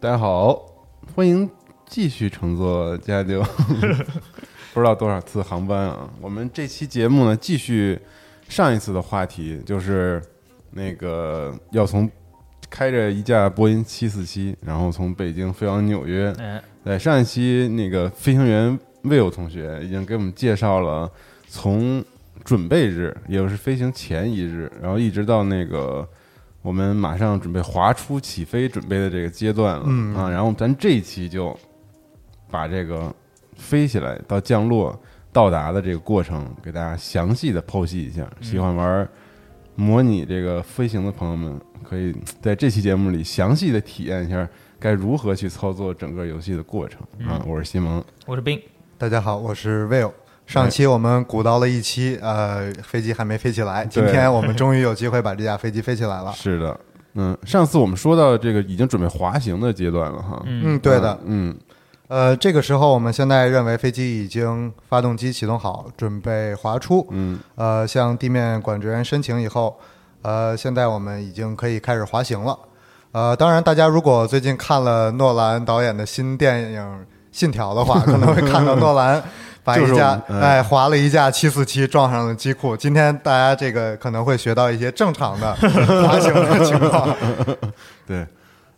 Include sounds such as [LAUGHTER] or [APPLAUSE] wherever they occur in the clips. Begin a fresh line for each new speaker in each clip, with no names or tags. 大家好，欢迎继续乘坐加丢， [LAUGHS] 不知道多少次航班啊！我们这期节目呢，继续上一次的话题，就是那个要从开着一架波音七四七，然后从北京飞往纽约。
哎，
对，上一期那个飞行员魏友同学已经给我们介绍了从准备日，也就是飞行前一日，然后一直到那个我们马上准备滑出起飞准备的这个阶段了、
嗯
啊。然后咱这一期就把这个飞起来到降落到达的这个过程给大家详细的剖析一下。喜欢玩模拟这个飞行的朋友们，可以嗯在这期节目里详细的体验一下该如何去操作整个游戏的过程
嗯
啊！我是西蒙，
我是冰，
大家好，我是 Will。上期我们鼓捣了一期，呃，飞机还没飞起来。今天我们终于有机会把这架飞机飞起来了。
是的，嗯，上次我们说到这个已经准备滑行的阶段了哈，
嗯
嗯，对的。
嗯，
呃，这个时候我们现在认为飞机已经发动机启动好，准备滑出。
嗯，
呃，向地面管制员申请以后，呃，现在我们已经可以开始滑行了。呃，当然，大家如果最近看了诺兰导演的新电影《信条》的话，可能会看到诺
[LAUGHS]
兰把
就是
一架、
我们哎
哎划了一架七四七撞上了机库。今天大家这个可能会学到一些正常的 [LAUGHS] 滑行的情况。
对。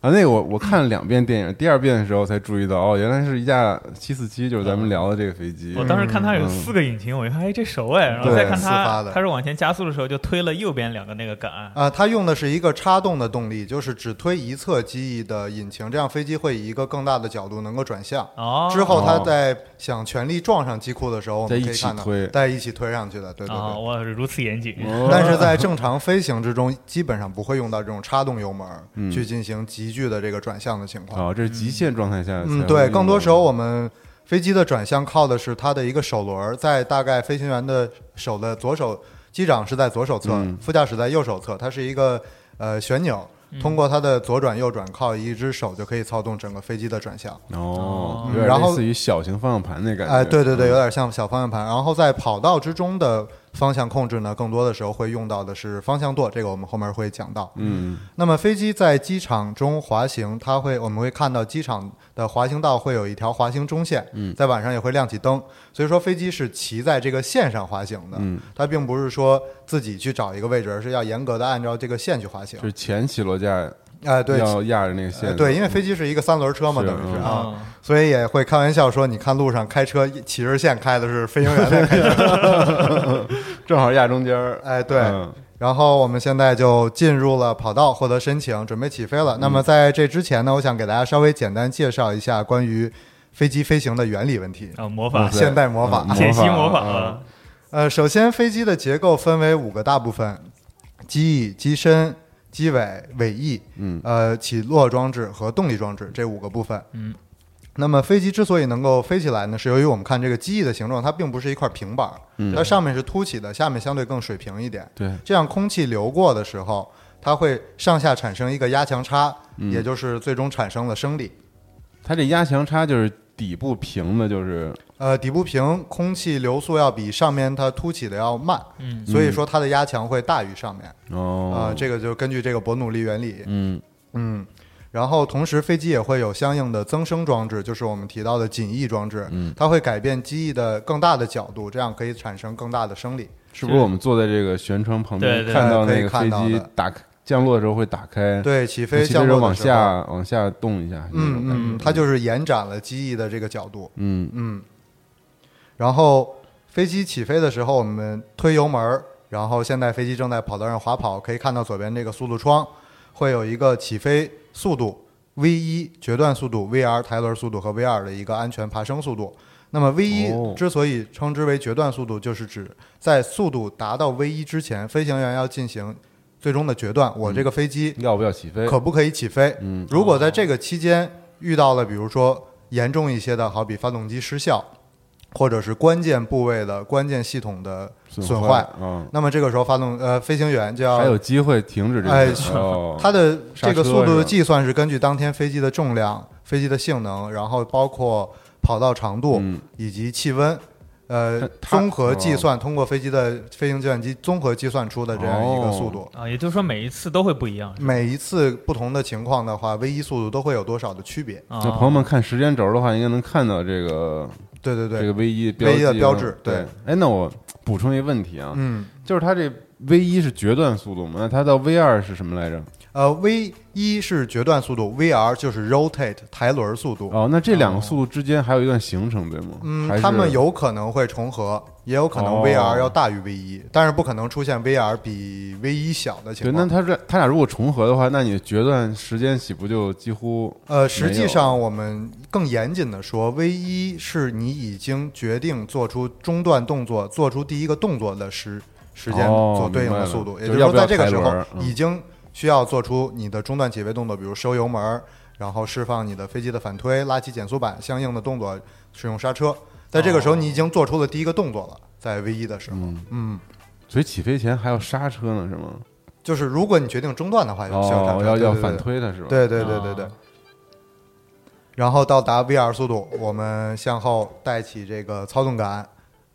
啊，那个我我看了两遍电影，第二遍的时候才注意到，哦，原来是一架七四七，就是咱们聊的这个飞机。
我当时看它有
嗯
四个引擎，我一看，哎，这熟哎，然后
对
再看
四发
它，
的
它是往前加速的时候就推了右边两个那个杆，
啊，它用的是一个插动的动力，就是只推一侧机翼的引擎，这样飞机会以一个更大的角度能够转向。
哦，
之后它
哦
在想全力撞上机库的时候，我
再
们
一
可以
起
看到
推
在一起推上去的，对对
啊，
对。
我如此严谨，
哦
但是在正常飞行之中，基本上不会用到这种插动油门儿
嗯
去进行急剧的这个转向的情况。
哦，这是极限状态下才会用
嗯，
的，
对，更多时候我们飞机的转向靠的是它的一个手轮儿，在大概飞行员的手的左手，机长是在左手侧，
嗯
副驾驶在右手侧，它是一个呃旋钮，通过它的左转右转靠一只手就可以操纵整个飞机的转向。
哦，有
嗯
点
然后
类似于小型方向盘那感觉。嗯
哎，对对对，有点像小方向盘。然后在跑道之中的方向控制呢，更多的时候会用到的是方向舵，这个我们后面会讲到。
嗯，
那么飞机在机场中滑行，它会我们会看到机场的滑行道会有一条滑行中线，嗯，在晚上也会亮起灯，所以说飞机是骑在这个线上滑行的，
嗯，
它并不是说自己去找一个位置，而是要严格的按照这个线去滑行
就。是前起落架
哎、对。
要压着那个线
呃
的，
对，因为飞机是一个三轮车嘛，
嗯是
等于是
嗯
啊，
哦
所以也会开玩笑说，你看路上开车起着线开的是飞行员在开车，
[LAUGHS]
[LAUGHS]
正好压中间儿。
哎，对，
嗯
然后我们现在就进入了跑道，获得申请，准备起飞
嗯
了。那么在这之前呢，我想给大家稍微简单介绍一下关于飞机飞行的原理问题。
啊，魔法
对
现代魔法
嗯
解析魔法
啊
啊，
呃，首先飞机的结构分为五个大部分：机翼、机身、机尾、尾翼，
嗯，
呃，起落装置和动力装置这五个部分。
嗯。
那么飞机之所以能够飞起来呢，是由于我们看这个机翼的形状，它并不是一块平板儿，
嗯
它上面是凸起的，下面相对更水平一点。
对，
这样空气流过的时候，它会上下产生一个压强差，
嗯
也就是最终产生了升力。
它这压强差就是底部平的，就是
呃，底部平空气流速要比上面它凸起的要慢，
嗯
所以说它的压强会大于上面啊、
哦，
这个就根据这个伯努利原理，
嗯
嗯，然后同时飞机也会有相应的增生装置，就是我们提到的襟翼装置，
嗯
它会改变机翼的更大的角度，这样可以产生更大的升力。
是不是我们坐在这个舷窗旁边
对对
看到那个
可
飞
以看到
机
的
打开降落的时候会打开？，
对，起飞
飞
降
时
落
候
的
往
时候
下往下动一下。
嗯嗯，它就是延展了机翼的这个角度。
嗯
嗯，然后飞机起飞的时候，我们推油门儿，然后现在飞机正在跑道上滑跑，可以看到左边这个速度窗会有一个起飞速度 V 一决断速度、VR 抬轮速度和 V 二的一个安全爬升速度。那么 V
哦
一之所以称之为决断速度，就是指在速度达到 V 一之前，飞行员要进行最终的决断，我这个飞机
要不要起飞？
嗯可不可以起飞？
嗯
如果在这个期间遇到了，比如说严重一些的，好比发动机失效，或者是关键部位的关键系统的损
坏
坏，
啊，
那么这个时候发动呃飞行员就
还
要
有机会停止这
哎
个
是
哦。
它的
刹
这
车
个速
是
度
吧
的计算是根据当天飞机的重量、飞机的性能，然后包括跑道长度、
嗯哦
以及气温。呃，
它
综合计算，通过飞机的飞行计算机综合计算出的这样一个速
哦
度，
啊，也就是说每一次都会不一样。
每一次不同的情况的话，V 一速度都会有多少的区别？
啊
那，朋友们看时间轴的话，应该能看到这个
对对对，
这个 V 一
V1 的标
志
志
对
对，
哎，那我补充一个问题啊，
嗯，
就是它这 V 一是决断速度嘛？那它到 V 二是什么来着？
呃，V 一是决断速度，VR 就是 rotate 抬轮速度。
哦，那这两个速度之间还有一段行程，对吗？
嗯
还，是
他们有可能会重合，也有可能
哦
VR 要大于 V 一，但是不可能出现 VR 比 V 一小
对，
的情
那
况。
它这它俩如果重合的话，那你决断时间岂不就几乎
呃，实
没有
际上我们更严谨的说，V 一是你已经决定做出中断动作，做出第一个动作的时时间
哦
所对应
明白
的
了
速度，也
就
就是
要
说，
不要
在这个时
抬
候
轮嗯
已经需要做出你的中断起飞动作，比如收油门儿，然后释放你的飞机的反推，拉起减速板，相应的动作使用刹车。在这个时
哦
候，你已经做出了第一个动作了，在 V 一的时候，嗯，
所以起飞前还要刹车呢？是吗？
就是如果你决定中断的话，就需要刹
哦，
车，
要
对
要
对对
反推它是吧？，啊
对对对对对。然后到达 VR 速度，我们向后带起这个操纵杆，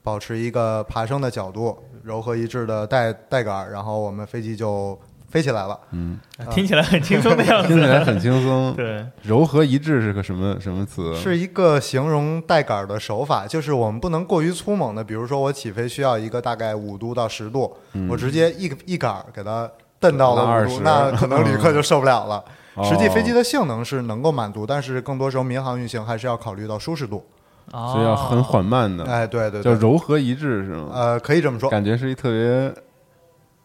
保持一个爬升的角度，柔和一致的带带杆，然后我们飞机就飞起来了。
嗯
听起来很轻松的样
听起来
子。。
很轻松
[LAUGHS]
对，
柔和一致是个什么什么词？啊
是一个形容带杆的手法，就是我们不能过于粗猛的，比如说我起飞需要一个大概五度到十度，
嗯
我直接一一杆儿给它蹬到了五度，
那
那
20
可能旅客就受不了了。
[LAUGHS] 哦
实际飞机的性能是能够满足，但是更多时候民航运行还是要考虑到舒适度。
所
所以要很缓慢的，
哎，对对
叫
对，
柔和一致是吗？
呃，可以这么说，
嗯感觉是一特别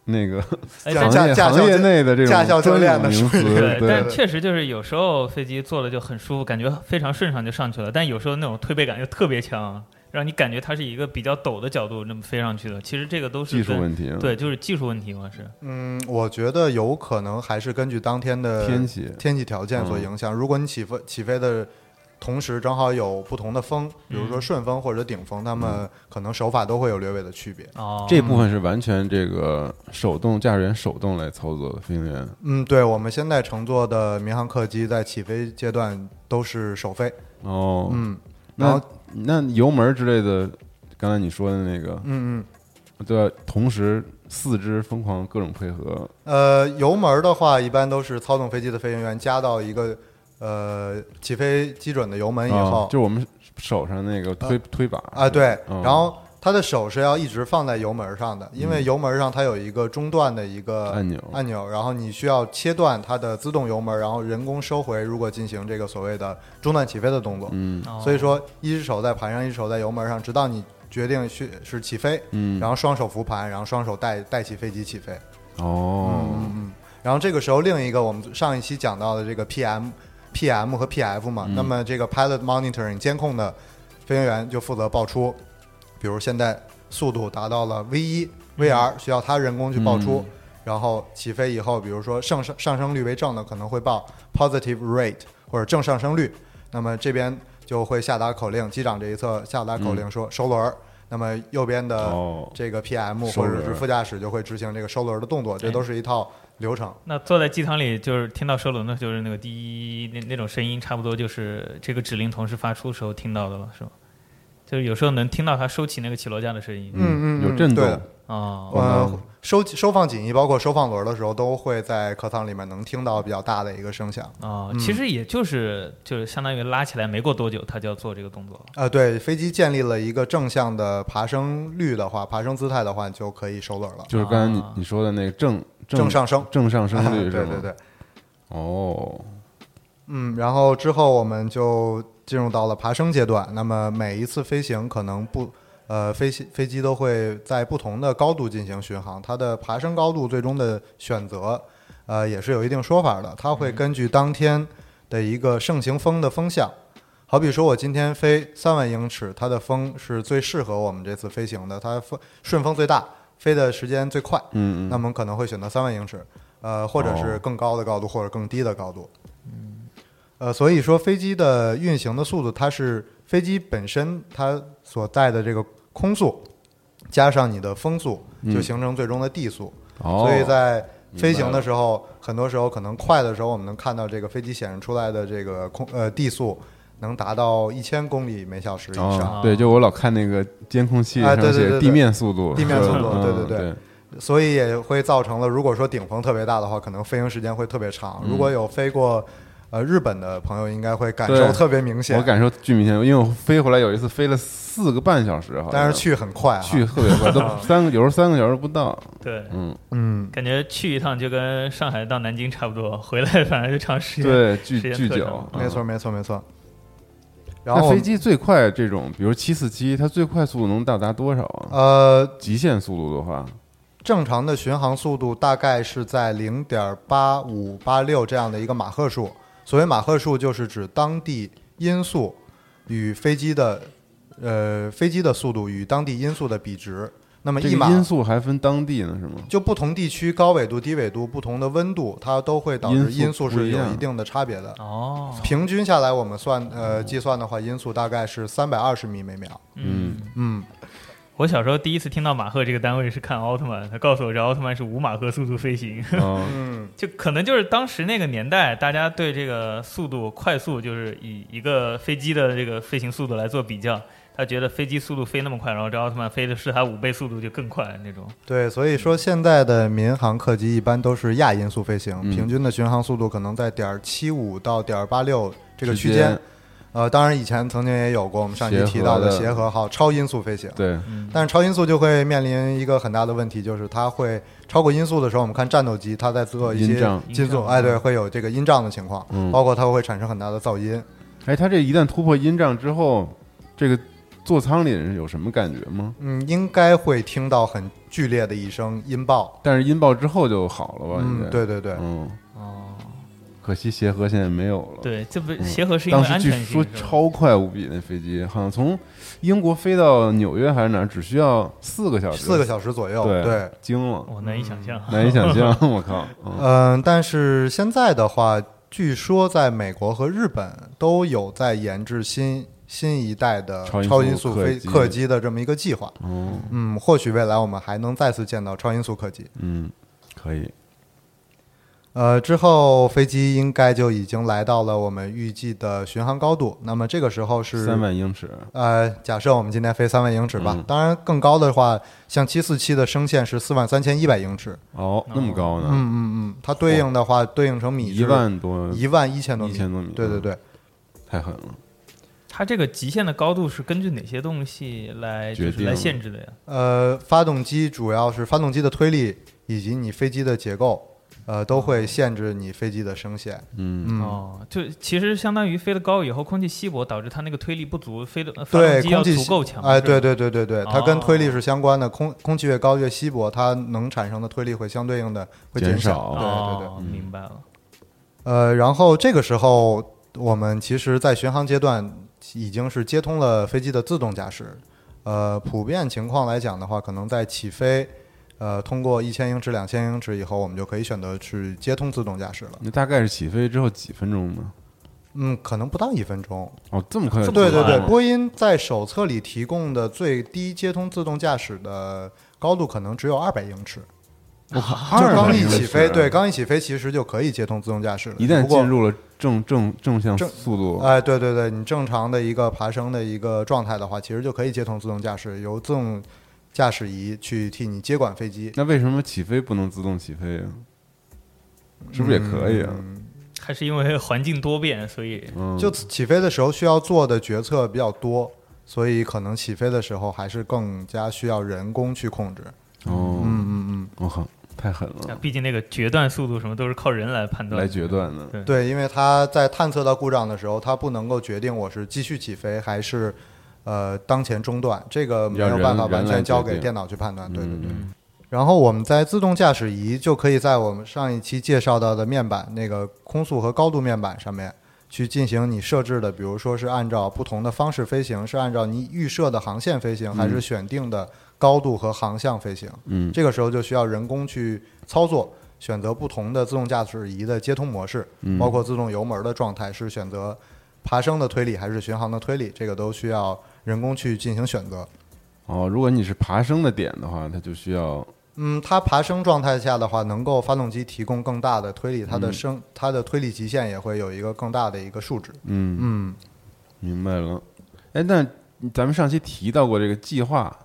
那个
哎
驾
行
但是
驾
业
驾校
行业
教
内的这种
驾校教练
专
的
有名词
术，语
对，但
对，
确实就是有时候飞机坐的就很舒服，感觉非常顺畅就上去了，但有时候那种推背感又特别强，让你感觉它是一个比较陡的角度那么飞上去的。其实这个都是
技术
跟
问题啊，
对，就是技术问题嘛，是
嗯，我觉得有可能还是根据当天的
天气嗯
天气条件所影响。如果你起飞起飞的同时正好有不同的风，比如说
嗯
顺风或者顶风，他们可能手法都会有略微的区别。
哦，
这
嗯
部分是完全这个手动驾驶员手动来操作的飞行员。
嗯，对，我们现在乘坐的民航客机在起飞阶段都是首飞。
哦，
嗯然
那
后
那油门之类的，刚才你说的那个，
嗯嗯。
都要同时四肢疯狂各种配合。
呃，油门的话，一般都是操纵飞机的飞行员加到一个呃起飞基准的油门以后，
啊就是我们手上那个推推把
哎啊，对，
嗯
然后他的手是要一直放在油门上的，因为油门上它有一个中断的一个
嗯按钮
按钮，然后你需要切断它的自动油门，然后人工收回，如果进行这个所谓的中断起飞的动作。
嗯
哦
所以说，一只手在盘上，一只手在油门上，直到你决定去是起飞，
嗯，
然后双手扶盘，然后双手带带起飞机起飞。
哦，
然后这个时候，另一个我们上一期讲到的这个 PM、PM 和 PF 嘛，那么这个 pilot monitoring 监控的飞行员就负责报出，比如现在速度达到了 V 一、VR 需要他人工去报出，然后起飞以后，比如说上升上升率为正的可能会报 positive rate 或者正上升率，那么这边就会下达口令，机长这一侧下达口令说收轮儿。那么右边的
哦
嗯这个 PM
收
或
轮儿
者是副驾驶就会执行这个收轮儿的动作，这
哎
都是一套流程。
那坐在机舱里，就是听到收轮的，就是那个滴那那种声音，差不多就是这个指令同时发出时候听到的了，是吗？就是有时候能听到它收起那个起落架的声音
嗯嗯
有震
对
动
的，
哦，
嗯
呃，收收放锦翼包括收放轮的时候，都会在课堂里面能听到比较大的一个声响。
哦，其实也就是就是相当于拉起来没过多久，它就要做这个动作了。
啊
呃，对，飞机建立了一个正向的爬升率的话，爬升姿态的话，你就可以收轮了，
就是刚才你
啊
你说的那个正
正上升。
正上升率
[LAUGHS] 对
是吗？
对对，
哦，
嗯，然后之后我们就呃进入到了爬升阶段。那么每一次飞行可能不，呃，飞行飞机都会在不同的高度进行巡航，它的爬升高度最终的选择，呃，也是有一定说法的。它会根据当天的一个盛行风的风向，好比说我今天飞三万英尺，它的风是最适合我们这次飞行的，它风顺风最大，飞的时间最快，
嗯哦
那么可能会选择三万英尺，呃，或者是更高的高度，或者更低的高度。
嗯
呃，所以说飞机的运行的速度，它是飞机本身它所在的这个空速加上你的风速，就形成最终的地速。
嗯哦，
所以在飞行的时候，很多时候可能快的时候，我们能看到这个飞机显示出来的这个空呃地速能达到一千公里每小时以上。
哦，对，就我老看那个监控器
啊啊对
上
对
写
对
地
对
面速度，
地面速度
嗯
对
对
对对所以也会造成了，如果说顶峰特别大的话，可能飞行时间会特别长。
嗯
如果有飞过呃日本的朋友，应该会感受
对
特别明显。
嗯我感受巨明显，因为我飞回来有一次飞了四个半小时，好像
但是去很快啊哈，
去特别快，都
[LAUGHS]
三个有时候三个小时不到，
对，
嗯，
嗯，
感觉去一趟就跟上海到南京差不多，回来反正就长时间。
对，巨
时间
巨
特
久
长，
没错没错没错。
嗯
然
那
后
飞机最快这种，比如七四七，它最快速度能到达多少啊？
呃，
极限速度的话，
正常的巡航速度大概是在零点八五八六这样的一个马赫数。所谓马赫数，就是指当地音速与飞机的呃飞机的速度与当地音速的比值。那么
这
一
个
马
音速还分当地呢，是吗？
就不同地区高纬度、低纬度、不同的温度，它都会导致
因
因
素
素
不一
是
样
有一定的差别的。
哦，
平均下来，我们算呃计算的话，音速大概是三百二十米每秒。
嗯，
嗯，
我小时候第一次听到马赫这个单位是看奥特曼，他告诉我这奥特曼是五马赫速度飞行，
啊，
嗯
就可能就是当时那个年代，大家对这个速度快速就是以一个飞机的这个飞行速度来做比较，他觉得飞机速度飞那么快，然后这奥特曼飞的是他五倍速度就更快那种。
对，所以说现在的民航客机一般都是亚音速飞行，
嗯
平均的巡航速度可能在点七五到点八六这个
之
区间。呃，当然以前曾经也有过我们上期
协
提
和
到的
的
协和号超音速飞行。
对，
但是超音速就会面临一个很大的问题，就是它会超过音速的时候，我们看战斗机它在做一
音
些
障
进
音
速，
障嗯
哎，对，会有这个音障的情况，
嗯
包括它会产生很大的噪音。
哎，它这一旦突破音障之后，这个座舱里人有什么感觉吗？
嗯，应该会听到很剧烈的一声音爆。
但是音爆之后就好了吧？哦应该
嗯，，对对对，
嗯，
哦，
可惜协和现在没有了。
对，这不
嗯
协和是因
当
为
时
安
据
全性
说
是吧
超快无比，那飞机好像从英国飞到纽约还是哪儿，只需要四个小时，
四个小时左右。
对
对，
惊了，
我难以想象。
难以想
[LAUGHS]
象，我靠！嗯
嗯，但是现在的话，据说在美国和日本都有在研制新新一代的
超音速
超音速飞
客机
客机的这么一个计划。
哦，
嗯，或许未来我们还能再次见到超音速客机。
嗯，可以，
呃，之后飞机应该就已经来到了我们预计的巡航高度。那么这个时候是
三万英尺，
呃，假设我们今天飞三万英尺吧，
嗯
当然更高的话，像七四七的升限是四万三千一百英尺。
哦，那么高
嗯
呢，
嗯嗯，它对应的话对应成米
一万多，
一万一千多米，
1000多米嗯
对对对，
太狠了，
它这个极限的高度是根据哪些东西来
决
就
定
是来限制的呀？
呃，发动机主要是发动机的推力以及你飞机的结构，呃，都
哦
会限制你飞机的升限。
嗯，
嗯，
哦，就其实相当于飞得高以后，空气稀薄，导致它那个推力不足，飞的呃发动
对，
机
空
要
气
足
稀
够强。
哎，
是吧
对，对对对对，它跟
哦
推力是相关的。空空气越高越稀薄，它能产生的推力会相对应的会
减
减
少
对对对。
哦，明白了。
呃，然后这个时候，我们其实，在巡航阶段已经是接通了飞机的自动驾驶。呃，普遍情况来讲的话，可能在起飞，呃，通过一千英尺、两千英尺以后，我们就可以选择去接通自动驾驶了。
那大概是起飞之后几分钟呢？
嗯，可能不到一分钟。
哦，这么快就
这么
对
到
对
了吗，
对，波音在手册里提供的最低接通自动驾驶的高度可能只有二百英尺。就
20
刚一
小时
起飞，对，刚一起飞其实就可以接通自动驾驶了。
啊一
只
旦
不过
进入了正正正向
正
速度，
哎，对对对，你正常的一个爬升的一个状态的话，其实就可以接通自动驾驶，由自动驾驶仪去替你接管飞机。
那为什么起飞不能自动起飞啊？是不是也可以啊？
嗯
还是因为环境多变，所以
嗯，
就起飞的时候需要做的决策比较多，所以可能起飞的时候还是更加需要人工去控制。
哦，
嗯嗯嗯，
我靠，太狠
啊
了，
毕竟那个决断速度什么都是靠人来判断
来
的。
决断的。
对，因为它在探测到故障的时候，它不能够决定我是继续起飞还是呃当前中断，这个没有
要
办法
人人
完
来决
全交给
定
电脑去判断。对对对。
嗯，
然后我们在自动驾驶仪就可以在我们上一期介绍到的面板那个空速和高度面板上面去进行你设置的，比如说是按照不同的方式飞行，是按照你预设的航线飞行，还是选定的高度和航向飞行。
嗯
这个时候就需要人工去操作，选择不同的自动驾驶仪的接通模式，
嗯
包括自动油门的状态是选择爬升的推理还是巡航的推理，这个都需要人工去进行选择。
哦，如果你是爬升的点的话，它就需要
嗯，它爬升状态下的话，能够发动机提供更大的推力，它的升、它的推力极限也会有一个更大的一个数值。
嗯
嗯，
明白了。哎，那咱们上期提到过这个计划，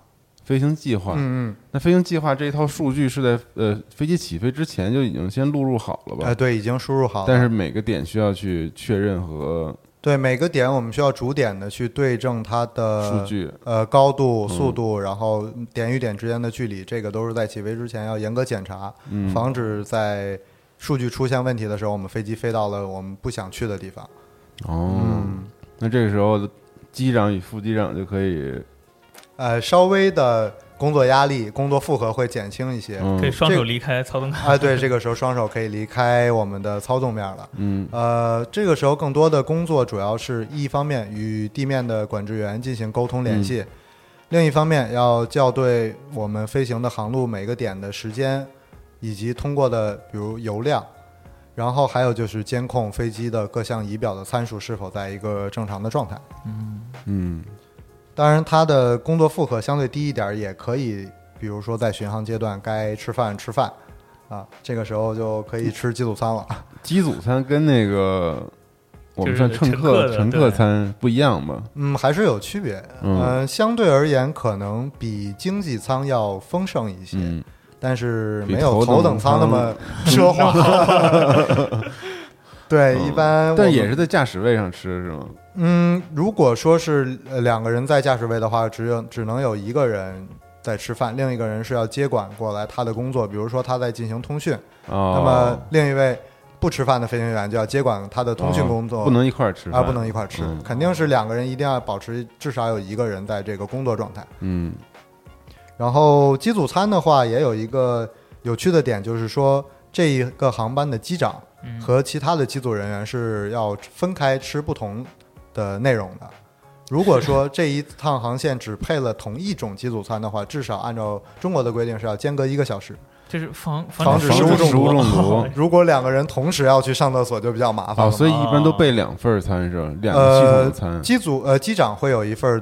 飞行计划。
嗯
那飞行计划这一套数据是在呃飞机起飞之前就已经先录入好了吧？
呃，对，已经输入好了。
但是每个点需要去确认和
对每个点，我们需要逐点的去对正它的
数据，嗯
呃高度、速度，然后点与点之间的距离，这个都是在起飞之前要严格检查，
嗯，
防止在数据出现问题的时候，我们飞机飞到了我们不想去的地方。
哦，
嗯
那这个时候机长与副机长就可以，
呃，稍微的工作压力、工作负荷会减轻一些。
嗯
可以双手
这
离开操纵杆。
啊，对，这个时候双手可以离开我们的操纵面了。
嗯
呃，这个时候更多的工作主要是一方面与地面的管制员进行沟通联系，另一方面要校对我们飞行的航路每个点的时间，以及通过的比如油量，然后还有就是监控飞机的各项仪表的参数是否在一个正常的状态。
嗯
当然，它的工作负荷相对低一点，也可以，比如说在巡航阶段该吃饭吃饭，啊，这个时候就可以吃自助餐了。 [LAUGHS]
机组餐跟那个我们算
就是
乘客
乘客的
乘客餐不一样吧？
嗯，还是有区别。
嗯
呃相对而言，可能比经济舱要丰盛一些，
嗯，
但是
比
没有
头
头
等
等
舱
舱那么奢华。
[LAUGHS]
对，一般我
嗯但
们
也是在驾驶位上吃是吗？
嗯，如果说是呃两个人在驾驶位的话，只有只能有一个人在吃饭，另一个人是要接管过来他的工作，比如说他在进行通讯，
哦，
那么另一位不吃饭的飞行员就要接管他的通讯
哦
工作，
不能一块儿吃
啊，
饭
不能一块儿吃，
嗯
肯定是两个人一定要保持至少有一个人在这个工作状态。
嗯
然后机组餐的话，也有一个有趣的点，就是说这一个航班的机长
嗯
和其他的机组人员是要分开吃不同的内容的。如果说这一趟航线只配了同一种机组餐的话，至少按照中国的规定是要间隔一个小时。
就是防
防
止
止食物啊
中毒食物
[LAUGHS]
中
如果两个人同时要去上厕所，就比较麻烦
哦，
了。
所以一般都备两份儿餐是吧？两个系统的餐
啊呃、，机组呃机长会有一份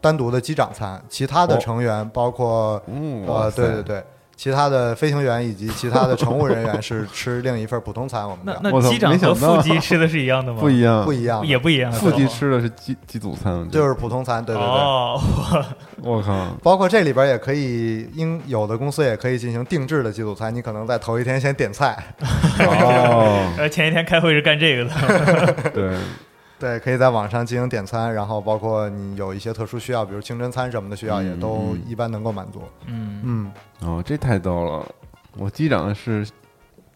单独的机长餐，其他的
哦
成员包括、
嗯哇
呃
塞
对对对，其他的飞行员以及其他的乘务人员是 [LAUGHS] 吃另一份普通餐，我们
那
叫
那
我操
机长
没想
和
到啊
副机吃的是一样的吗？
不一样，
不一样，
也不一样。
副机
是吧
吃的是机机组餐，我觉得
就是普通餐，对对对。
哦， [LAUGHS]
我
[LAUGHS]
靠，
包括这里边也可以，应有的公司也可以进行定制的机组餐。你可能在头一天先
[LAUGHS]
点菜，
哦，
呃，前一天开会是干这个的，
对，
对，可以在网上进行点餐，然后包括你有一些特殊需要，比如清真餐什么的需要，也
嗯
都一般能够满足。
嗯，
嗯，
哦，这太逗了，我机长是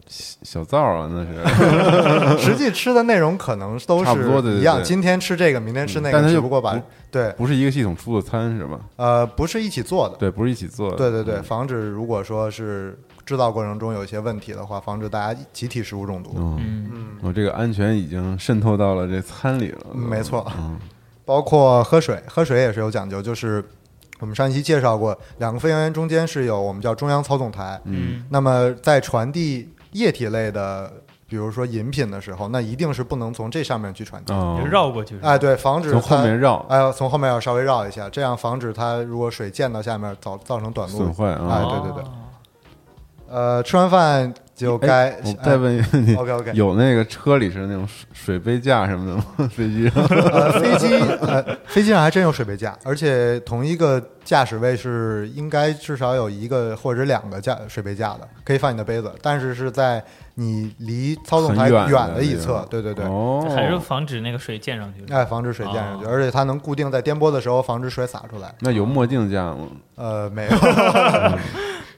小小灶啊，那
[LAUGHS]
是， [LAUGHS]
实际吃的内容可能都
差不多对
是
对
一样，
对
今天吃这个，明天吃那
嗯但
个，
它
只
就
不过把
不
对
不是一个系统出的餐是吧？
呃不是一起做的，
对，嗯不是一起做的，
对对对，防止如果说是制造过程中有一些问题的话，防止大家集体食物中毒。
嗯，
嗯，
我、这个安全已经渗透到了这餐里了，
没错，
嗯，
包括喝水，喝水也是有讲究，就是我们上一期介绍过，两个飞行员中间是有我们叫中央操纵台，
嗯，
那么在传递液体类的，比如说饮品的时候，那一定是不能从这上面去传递。
哦
就，嗯绕过去是吧。
哎，对，防止
从后
它
面绕
哎，从后面要稍微绕一下，这样防止它如果水溅到下面，造造成短路
损坏啊，
哎对对对
哦
呃，吃完饭就该
哎我再问一个问题
OK，OK
有那个车里是那种水水杯架什么的吗？ [LAUGHS] 飞机上
呃，飞机呃，飞机上还真有水杯架，而且同一个驾驶位是应该至少有一个或者两个架水杯架的，可以放你的杯子，但是是在你离操纵台
很远的
远的
那
一
种
侧，对对对，
哦，
还是防止那个水溅上去。
啊
哎，防止水溅上去，而且它能固定在颠簸的时候防止水洒出来。
那有墨镜架吗？
呃，
[LAUGHS]
没有，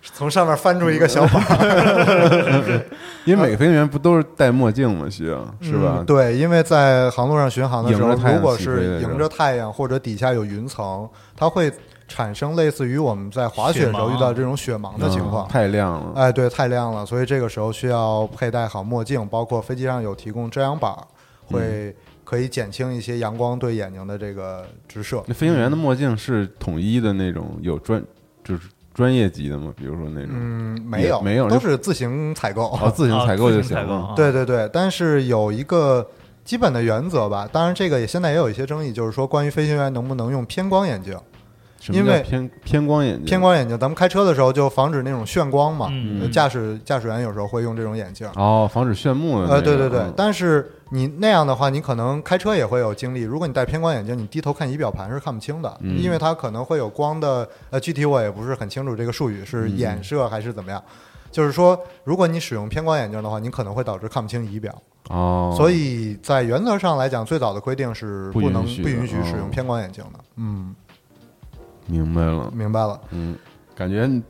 从上面翻出一个小板儿，
因为每个飞行员不都是戴墨镜吗？需要是吧？
嗯对，因为在航路上巡航的时候，
迎着太阳
如果
起飞
是
的时候
迎着太阳或者底下有云层，它会产生类似于我们在滑雪时候
雪盲
遇到这种雪盲的
嗯
情况。
太亮了。
哎，对，太亮了，所以这个时候需要佩戴好墨镜，包括飞机上有提供遮阳板儿，会
嗯
可以减轻一些阳光对眼睛的这个直射。
那飞行员的墨镜是统一的那种，有专就是专业级的吗？比如说那种
嗯，没有，
也没有
都
就是
自行采购。
哦，自行
啊
采购就
自
行
行采购
了。
啊
[LAUGHS] 对对对，但是有一个基本的原则吧，当然这个也现在也有一些争议，就是说关于飞行员能不能用偏光眼镜。
什么
因
叫
为
偏偏光眼镜？
偏光眼镜，咱们开车的时候就防止那种眩光嘛。
嗯
呃驾驶驾驶员有时候会用这种眼镜。
哦，防止炫目的那个。
呃，对对对，
嗯
但是你那样的话，你可能开车也会有经历。如果你戴偏光眼镜，你低头看仪表盘是看不清的，
嗯
因为它可能会有光的。呃，具体我也不是很清楚这个术语是
嗯
衍射还是怎么样。就是说，如果你使用偏光眼镜的话，你可能会导致看不清仪表。
哦，
所以在原则上来讲，最早的规定是
不
不能
允许
不
的
允许使
哦
用偏光眼镜的。嗯，
明白了。
明白了。
嗯，感觉你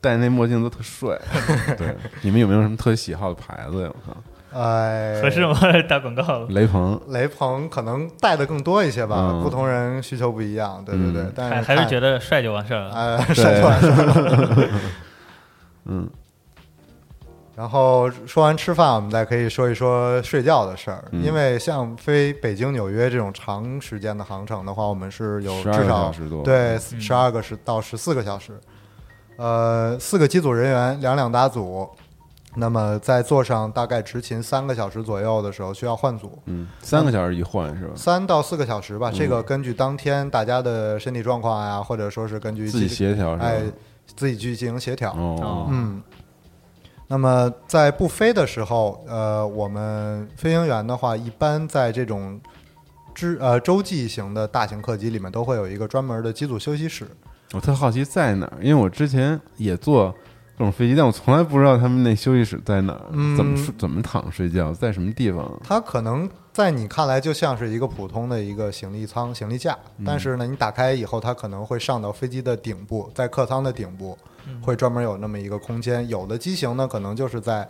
戴那墨镜都特
[LAUGHS]
帅。对，你们有没有什么特喜好的牌子呀？我靠，
哎，
合适吗？ [LAUGHS] 打广告
雷朋。
雷朋可能带的更多一些吧，
嗯
不同人需求不一样，对对对，
嗯
但
还
是
还是觉
得
得帅就完事儿
啊
了。
呃，晒出来
[LAUGHS] 嗯，
然后说完吃饭，我们再可以说一说睡觉的事儿，
嗯
因为像飞北京、纽约这种长时间的航程的话，我们是有
12
至
个
少
小时多嗯
对十二个时到十四个小时，呃，四个机组人员两两打组。那么在座上大概执勤三个小时左右的时候，需要换组。
嗯，三个小时一换是吧？
三到四个小时
嗯
吧，这个根据当天大家的身体状况呀，或者说是根据
自己协调是吧？
哎自己去进行协调。
哦，
嗯，那么在不飞的时候，呃，我们飞行员的话，一般在这种之呃洲际型的大型客机里面，都会有一个专门的机组休息室。
我特好奇在哪儿，因为我之前也坐各种飞机，但我从来不知道他们那休息室在哪儿，
嗯
怎么睡怎么躺睡觉，在什么地方。
它可能在你看来就像是一个普通的一个行李舱、行李架，
嗯
但是呢，你打开以后，它可能会上到飞机的顶部，在客舱的顶部
嗯
会专门有那么一个空间。有的机型呢，可能就是在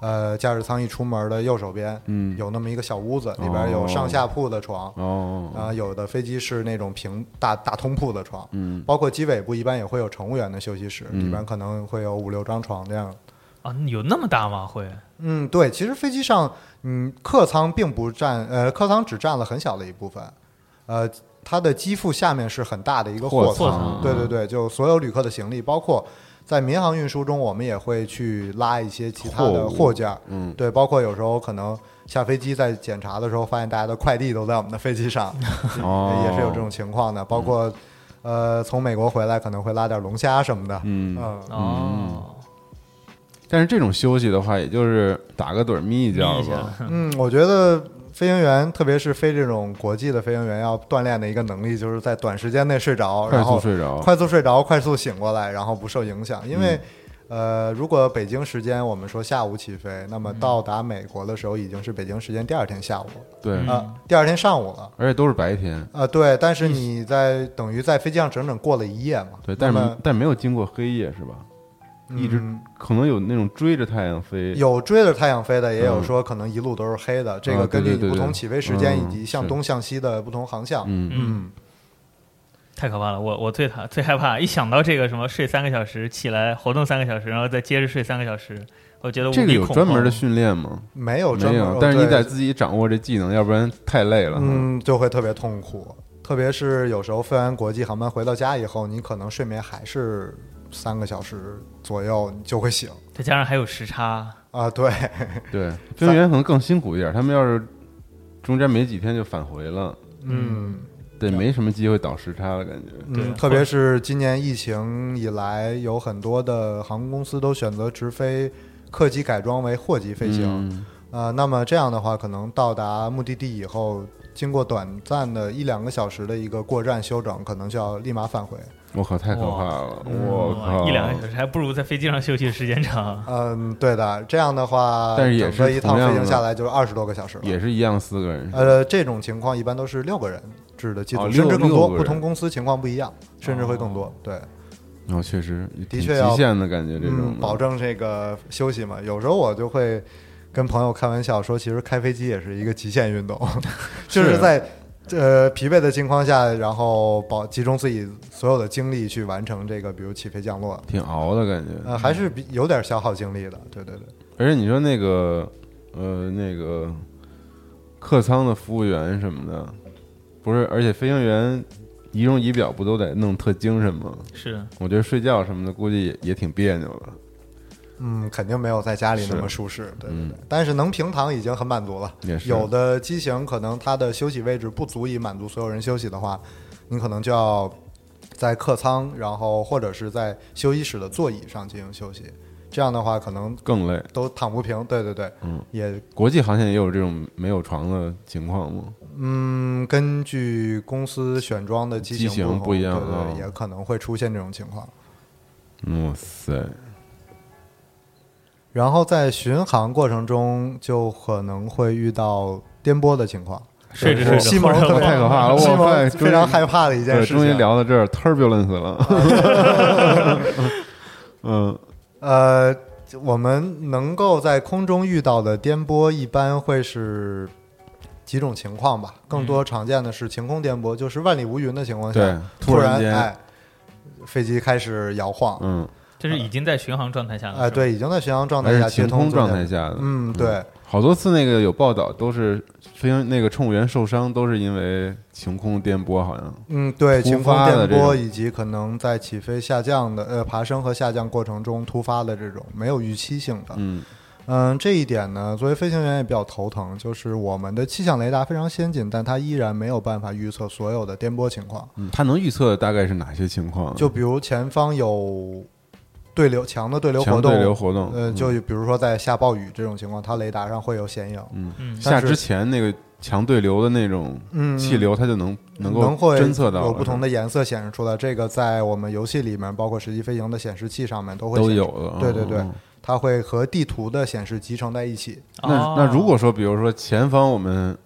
呃驾驶舱一出门的右手边，
嗯
有那么一个小屋子，里边有上下铺的床。
哦，
啊、有的飞机是那种平大大通铺的床，
嗯，
包括机尾部一般也会有乘务员的休息室，
嗯
里边可能会有五六张床这样。
啊，有那么大吗？会
嗯，对，其实飞机上，嗯，客舱并不占，呃，客舱只占了很小的一部分，呃，它的机腹下面是很大的一个
货嗯
货
舱
舱，对对对，就所有旅客的行李，包括在民航运输中，我们也会去拉一些其他
货
的
物
货件儿，
嗯
对，包括有时候可能下飞机在检查的时候，发现大家的快递都在我们的飞
[LAUGHS]
机上，
哦，嗯
也是有这种情况的，包括。呃，从美国回来可能会拉点龙虾什么的，
嗯
嗯
哦，
但是这种休息的话，也就是打个盹儿嗯眯一觉
眯一下
吧。
嗯，我觉得飞行员，特别是飞这种国际的飞行员，要锻炼的一个能力，就是在短时间内睡着，
快速
然后
睡着
快速睡着，快速醒过来，然后不受影响。因
嗯
为，呃，如果北京时间我们说下午起飞，那么到达美国的时候已经是北京时间第二天下午了，
对，
啊、第二天上午了。
而且都是白天。
啊、对，但是你在等于在飞机上整整过了一夜嘛？
嗯对，
那
但
么
是但没有经过黑夜是吧？一直
嗯
可能有那种追着太阳飞，
有追着太阳飞的，也有
嗯
说可能一路都是黑的。这
啊
个
对
根据
对
你
对
不
对
同起飞时间以
嗯
及向
是
东向西的不同航向。
嗯，
嗯，
太可怕了！我我最怕最害怕，一想到这个什么睡三个小时，起来活动三个小时，然后再接着睡三个小时，我觉得无
这个
比
有
恐
专门的
慌
训练吗？
没有专
没
门
有
儿，，
但是你
对
得自己掌握这技能，要不然太累了。
嗯，就会特别痛苦。特别是有时候飞完国际航班回到家以后，你可能睡眠还是三个小时左右，你就会醒
再加上还有时差，
啊。 [LAUGHS] 对，
对，飞行员可能更辛苦一点，他们要是中间没几天就返回了，
嗯，
对，没什么机会倒时差了，感觉。
对
嗯，特别是今年疫情以来，有很多的航空公司都选择直飞客机改装为货机飞行。
嗯
呃，那么这样的话，可能到达目的地以后，经过短暂的一两个小时的一个过站休整，可能就要立马返回。
我靠，太可怕了！我靠，
一两个小时还不如在飞机上休息的时间长。
嗯，对的，这样的话，
但是也是
整个一趟
同样
飞
的
行下来就是二十多个小时了。
也是一样，四个人。
呃，这种情况一般都是六个人制的机组，
哦
甚至更
六
多，
个人
不同公司情况不一样，甚至会更多。对，
然后哦确实挺
的确要
极限的感觉，这种
嗯，保证这个休息嘛。有时候我就会跟朋友开玩笑说，其实开飞机也是一个极限
[LAUGHS]
运动，就是在呃疲惫的情况下，然后保集中自己所有的精力去完成这个，比如起飞降落，
挺熬的感觉。
呃，还是比有点消耗精力的。对对对，
而且你说那个呃那个客舱的服务员什么的，不是？而且飞行员仪容仪表不都得弄特精神吗？
是，
我觉得睡觉什么的估计也也挺别扭的。
嗯，肯定没有在家里那么舒适。对对对，但是能平躺已经很满足了。
嗯也是
有的机型可能它的休息位置不足以满足所有人休息的话，你可能就要在客舱，然后或者是在休息室的座椅上进行休息。这样的话，可能
更累。
都躺不平。对对对，嗯，也
国际航线也有这种没有床的情况吗？
嗯，根据公司选装的机
机型
不同
不一样
对
啊
对对，也可能会出现这种情况。
哇塞，
然后在巡航过程中，就可能会遇到颠簸的情况。
睡着
对
睡着
西
[LAUGHS]
蒙
忽然
特别
太可怕了
西
我快
蒙
终于
非常害怕的一件
对，
事情。
终于聊到这儿，turbulence
啊
了。嗯，
呃，我们能够在空中遇到的颠簸，一般会是几种情况吧？更多常见的是晴空颠簸，就是万里无云的情况
对
下，，
突
然
间，
哎，飞机开始摇晃。
嗯，
这是已经在巡航状态下了。
哎，
啊
是吧，
对，已经在巡航状态
而
下
是
接
晴
通
空
作
状
业
态下的，
嗯，对，
好多次那个有报道都是飞行那个乘务员受伤，都是因为晴空颠簸，好像
嗯，对，
突
晴空
发
颠
的这
簸
种
以及可能在起飞下降的呃爬升和下降过程中突发的这种没有预期性的，
嗯
嗯，这一点呢，作为飞行员也比较头疼，就是我们的气象雷达非常先进，但它依然没有办法预测所有的颠簸情况。
嗯，他能预测大概是哪些情况？
就比如前方有对流强的对流活
强
动，
对流活动，嗯
呃，就比如说在下暴雨这种情况，它雷达上会有显影，
嗯，
下
但是
之前那个强对流的那种
嗯
气流，它就能能够
能会
侦测到
有不同
的
的颜色显示出来。这个在我们游戏里面，包括实际飞行的显示器上面都会
都
显示
有了，
对对对
嗯。
它会和地图的显示集成在一起。
那
哦
那如果说，比如说前方我们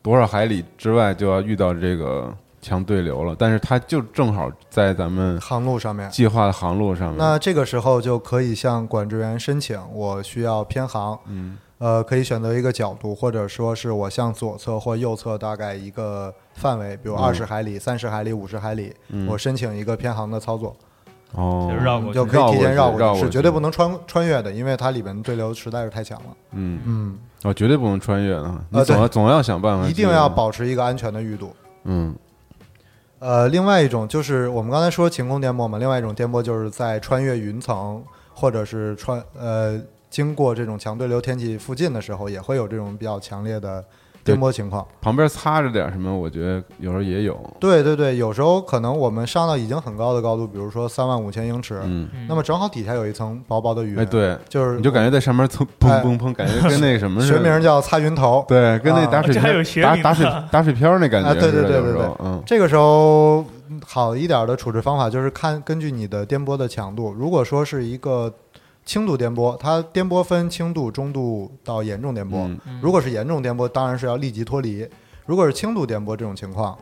多少海里之外就要遇到这个强对流了，但是它就正好在咱们
航路上面，
计划的航路上面，
那这个时候就可以向管制员申请，我需要偏航，嗯，呃，可以选择一个角度，或者说是我向左侧或右侧大概一个范围，比如
嗯
二十海里、三十海里、五十海里，我申请一个偏航的操作，
哦
就是，绕过
你
去
就。可以提前
绕过去
过
绕过
是
去
绝对不能穿穿越的，因为它里面对流实在是太强了，
嗯
嗯，
哦，绝对不能穿越啊！你
呃
总
对
要总要想办法，
一定要，保持一个安全的裕度。
嗯，
呃，另外一种就是我们刚才说晴空颠簸嘛，另外一种颠簸就是在穿越云层或者是穿呃经过这种强对流天气附近的时候，也会有这种比较强烈的颠簸情况。
旁边擦着点什么，我觉得有时候也有，
对对对，有时候可能我们上到已经很高的高度，比如说三万五千英尺，
嗯，
那么正好底下有一层薄薄的云，
哎，，对，
就是
你就感觉在上面蹭砰
哎
砰砰，感觉跟那个什么似
学名
的，
叫擦云头。
对，跟那
啊
打水
这还有学
漂打
名
打水
呢
打水漂那感觉
啊，对
似
对
的，
对
有
对
时
对
候，，嗯，
这个时候好一点的处置方法就是看根据你的颠簸的强度，如果说是一个轻度颠簸，它颠簸分轻度、中度到严重颠
嗯
簸。如果是严重颠簸，当然是要立即脱离；如果是轻度颠簸这种情况，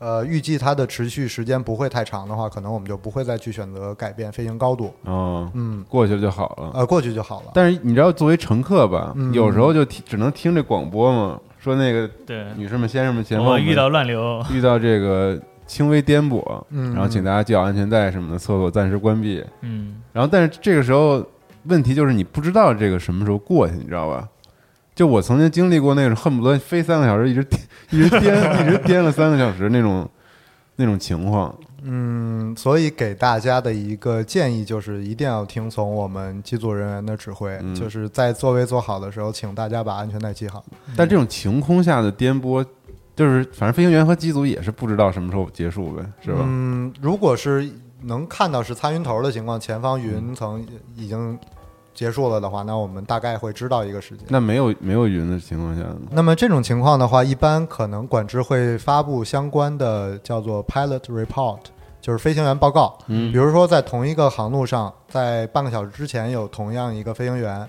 呃，预计它的持续时间不会太长的话，可能我们就不会再去选择改变飞行高度，
哦，
嗯，
过去了就好了。
呃，过去就好了。
但是你知道，作为乘客吧，
嗯
有时候就听只能听这广播嘛，说那个
对，
女士们、先生们、前方
我
们
哦遇到乱流，
遇到这个轻微颠簸，
嗯
然后请大家系好安全带什么的，厕所暂时关闭。
嗯，
然后，但是这个时候问题就是你不知道这个什么时候过去，你知道吧？就我曾经经历过那种恨不得飞三个小时，一直颠 [LAUGHS] 一直颠一直颠了三个小时那种那种情况。
嗯，所以给大家的一个建议就是，一定要听从我们机组人员的指挥，
嗯
就是在座位坐好的时候，请大家把安全带系好。
但这种晴空下的颠簸，就是反正飞行员和机组也是不知道什么时候结束呗，是吧？
嗯，如果是能看到是擦云头的情况，前方云
嗯
层已经结束了的话，那我们大概会知道一个时间。
那没有没有云的情况下呢？
那么这种情况的话，一般可能管制会发布相关的叫做 pilot report，就是飞行员报告。
嗯
比如说在同一个航路上，在半个小时之前有同样一个飞行员，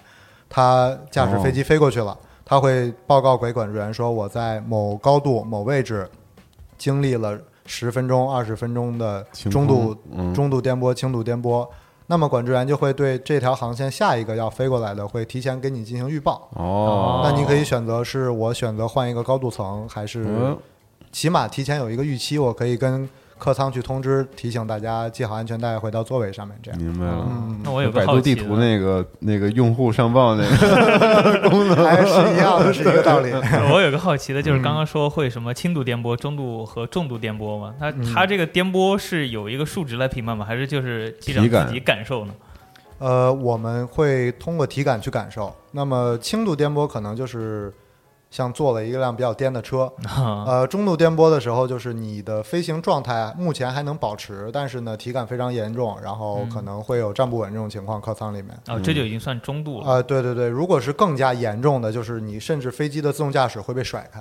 他驾
哦
驶飞机飞过去了，他会报告给管制员说我在某高度某位置经历了十分钟、二十分钟的
晴
中
空
度
嗯
中度颠簸、轻度颠簸。那么管制员就会对这条航线下一个要飞过来的会提前给你进行预报。
哦，
那你可以选择是我选择换一个高度层，还是
嗯
起码提前有一个预期，我可以跟客舱去通知，提醒大家系好安全带，回到座位上面这样。
明白了。
嗯
那我有个
百
好
度
奇
地
的
图那个那个用户上报那个，
嗯还是一样的，是一个道理。
我有个好奇的就是，刚刚说会什么轻度颠簸、中度和重度颠簸吗？它它这个颠簸是有一个数值来评判吗？还是就是机长
体感
自己感受呢？
呃，我们会通过体感去感受。那么轻度颠簸可能就是像坐了一辆比较颠的车，
啊
呃，中度颠簸的时候，就是你的飞行状态目前还能保持，但是呢体感非常严重，然后可能会有站不稳这种情况，客舱里面。
哦，这就已经算中度了。
啊、对对对，如果是更加严重的，就是你甚至飞机的自动驾驶会被甩开，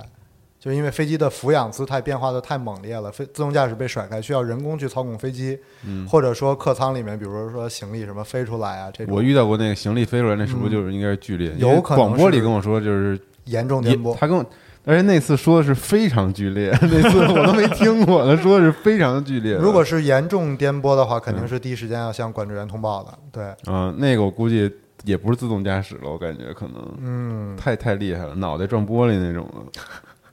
就是因为飞机的俯仰姿态变化的太猛烈了，飞自动驾驶被甩开，需要人工去操控飞机，
嗯
或者说客舱里面，比如说行李什么飞出来啊，这
我
种嗯
遇到过那个行李飞出来，那是不是就是应该是剧烈？
有
因为
可能
广播里
是
跟我说就是
严重
也
颠簸。
他跟我，而且那次说的是非常剧
[LAUGHS]
烈，那次我都没听过，他说的是非常剧烈的。
如果是严重颠簸的话，肯
嗯
定是第一时间要向管制员通报的。对，
啊、那个我估计也不是自动驾驶了，我感觉可能，嗯，太太厉害了，脑袋撞玻璃那种的， [LAUGHS]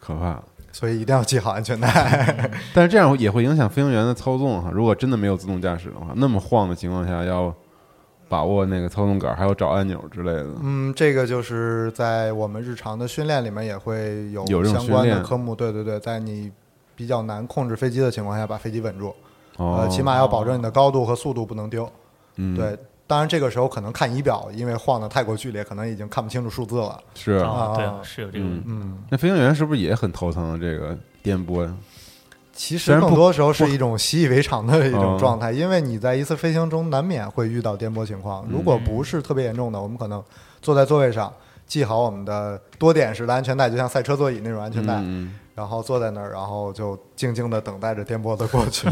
可怕了。
所以一定要系好安全带。 [LAUGHS]
但是这样也会影响飞行员的操纵哈。如果真的没有自动驾驶的话，那么晃的情况下，要把握那个操纵杆，还有找按钮之类的。
嗯，这个就是在我们日常的训练里面也会有
有这种
相关
训
的
练
科目。对对对，在你比较难控制飞机的情况下，把飞机稳住。
哦
呃，，起码要保证你的高度和速度不能丢。
嗯，，
对，当然这个时候可能看仪表，因为晃得太过剧烈，可能已经看不清楚数字了。
是。
哦，对啊
啊，
是有这个问题。
嗯，
那飞行员是不是也很头疼啊这个颠簸呀？
其
虽
实
然
更
不
多时候是一种习以为常的一
嗯
种状态，因为你在一次飞行中难免会遇到颠簸情况。如果
嗯
不是特别严重的，我们可能坐在座位上。系好我们的多点式的安全带，就像赛车座椅那种安全带，
嗯，嗯
然后坐在那儿，然后就静静的等待着颠簸的过
[LAUGHS]
去。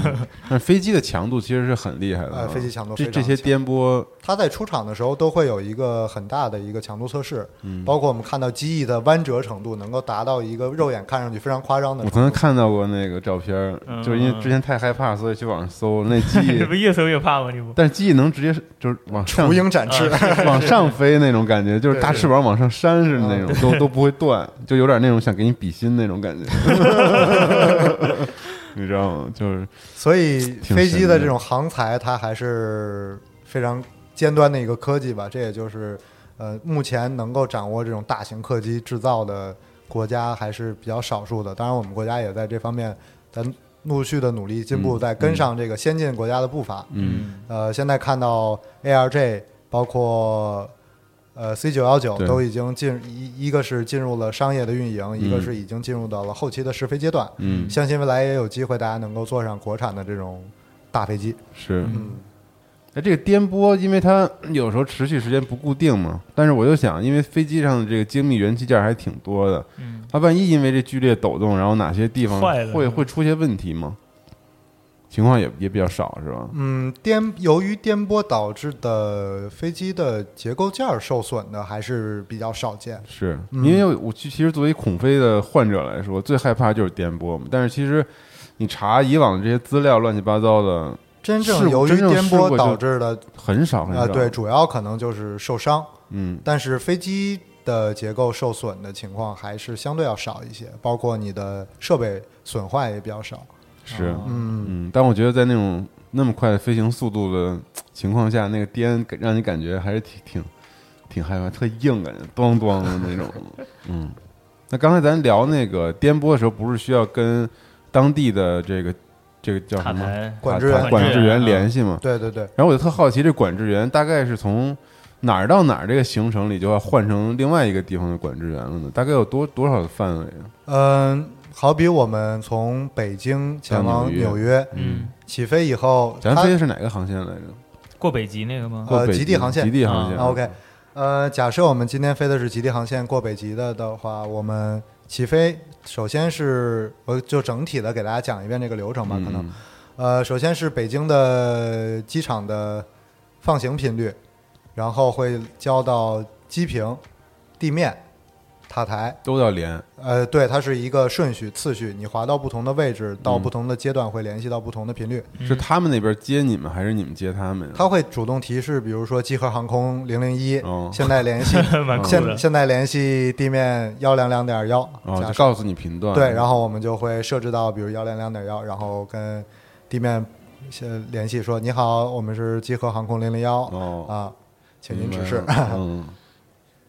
但是飞机的强度其实是很厉害的啊。
呃，飞机强度非
这
常
这些
强
颠簸
它在出厂的时候都会有一个很大的一个强度测试，
嗯
包括我们看到机翼的弯折程度能够达到一个肉眼看上去非常夸张的
我
程
曾经
度。
看到过那个照片儿，
嗯
就是因为之前太害怕，所以去网上搜
[LAUGHS]
那机翼
这不，越搜越怕吗？这不
但是机翼能直接就是往上
雏鹰展翅，
往上飞那种感觉，就是大翅膀往上扇似的那种，
[LAUGHS]
都都不会断，就有点那种想给你比心那种感觉， [LAUGHS] 你知道吗？就是
[LAUGHS] 所以
挺
飞机
神
的
的
这种航材，它还是非常尖端的一个科技吧。这也就是呃，目前能够掌握这种大型客机制造的国家还是比较少数的。当然，我们国家也在这方面在陆续的努力进步，
嗯
在跟上这个先进国家的步伐。
嗯，
呃，现在看到 ARJ 包括呃 C 九幺九
对
都已经进一一个是进入了商业的运营，一个是已经进入到了后期的试飞阶段。
嗯
相信未来也有机会，大家能够坐上国产的这种大飞机。
是。
嗯
哎，这个颠簸，因为它有时候持续时间不固定嘛，但是我就想，因为飞机上的这个精密元器件还挺多的，
嗯，
它万一因为这剧烈抖动，然后哪些地方
坏了
会
是吧
会出现问题吗？情况也也比较少，是吧？
嗯，颠由于颠簸导致的飞机的结构件儿受损的还是比较少见。
是
嗯
因为我其其实作为恐飞的患者来说，最害怕就是颠簸嘛。但是其实你查以往的这些资料，乱七八糟的
真
事
正
故
由于
真正
颠
事故
簸
就
导致的，
很少很少。
呃，对，，主要可能就是受伤。
嗯，
但是飞机的结构受损的情况还是相对要少一些，包括你的设备损坏也比较少。
哦
是，
嗯，
啊嗯。但我觉得在那种那么快的飞行速度的情况下，那个颠给让你感觉还是挺挺挺害怕，特硬感觉，咚咚的那种。 [LAUGHS] 嗯，那刚才咱聊那个颠簸的时候，不是需要跟当地的这个这个叫
塔
什么
台
管制员
塔管制
管制
员嗯
员
联系吗？
对对对，
然后我就特好奇，这管制员大概是从哪儿到哪儿这个行程里就要换成另外一个地方的管制员了呢？大概有多多少的范围啊？
嗯、好比我们从北京前往
到纽
纽约，
嗯，
起飞以后，
咱
它啊
飞的是哪个航线来着？
过北极那个吗？
过
呃
北
极地航线
极地航线。嗯
啊 OK，呃，假设我们今天飞的是极地航线过北极的的话，我们起飞首先是我就整体的给大家讲一遍这个流程吧，可能
嗯
呃，首先是北京的机场的放行频率，然后会交到机坪、地面、塔台。
都要连。
呃，对，它是一个顺序次序，你滑到不同的位置，到不同的阶段会联系到不同的频率。
是他们那边接你们，还是你们接嗯他们呀？
它会主动提示，比如说集合航空零零一
哦，
现在联
[LAUGHS]
系
[LAUGHS] 蛮酷的
现现在联系地面幺零两点幺，
哦，
假
就
设
告诉你频段。
对，然后我们就会设置到比如幺零两点幺，然后跟地面先联系说：“你好，我们是集合航空零零幺
哦
啊，请您
[LAUGHS]
指示
明。白了嗯，
[LAUGHS]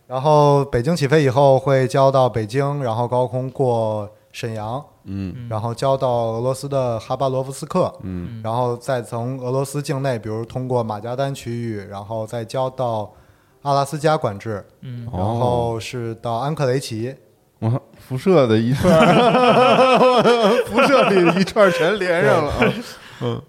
然后北京起飞以后会交到北京，然后高空过沈阳，
嗯，
然后交到俄罗斯的哈巴罗夫斯克，
嗯，
然后再从俄罗斯境内，比如通过马加丹区域，然后再交到阿拉斯加管制，
嗯，
哦
然后是到安克雷奇，
我操 [LAUGHS] 辐射的一串儿，辐射里一串儿全连上了。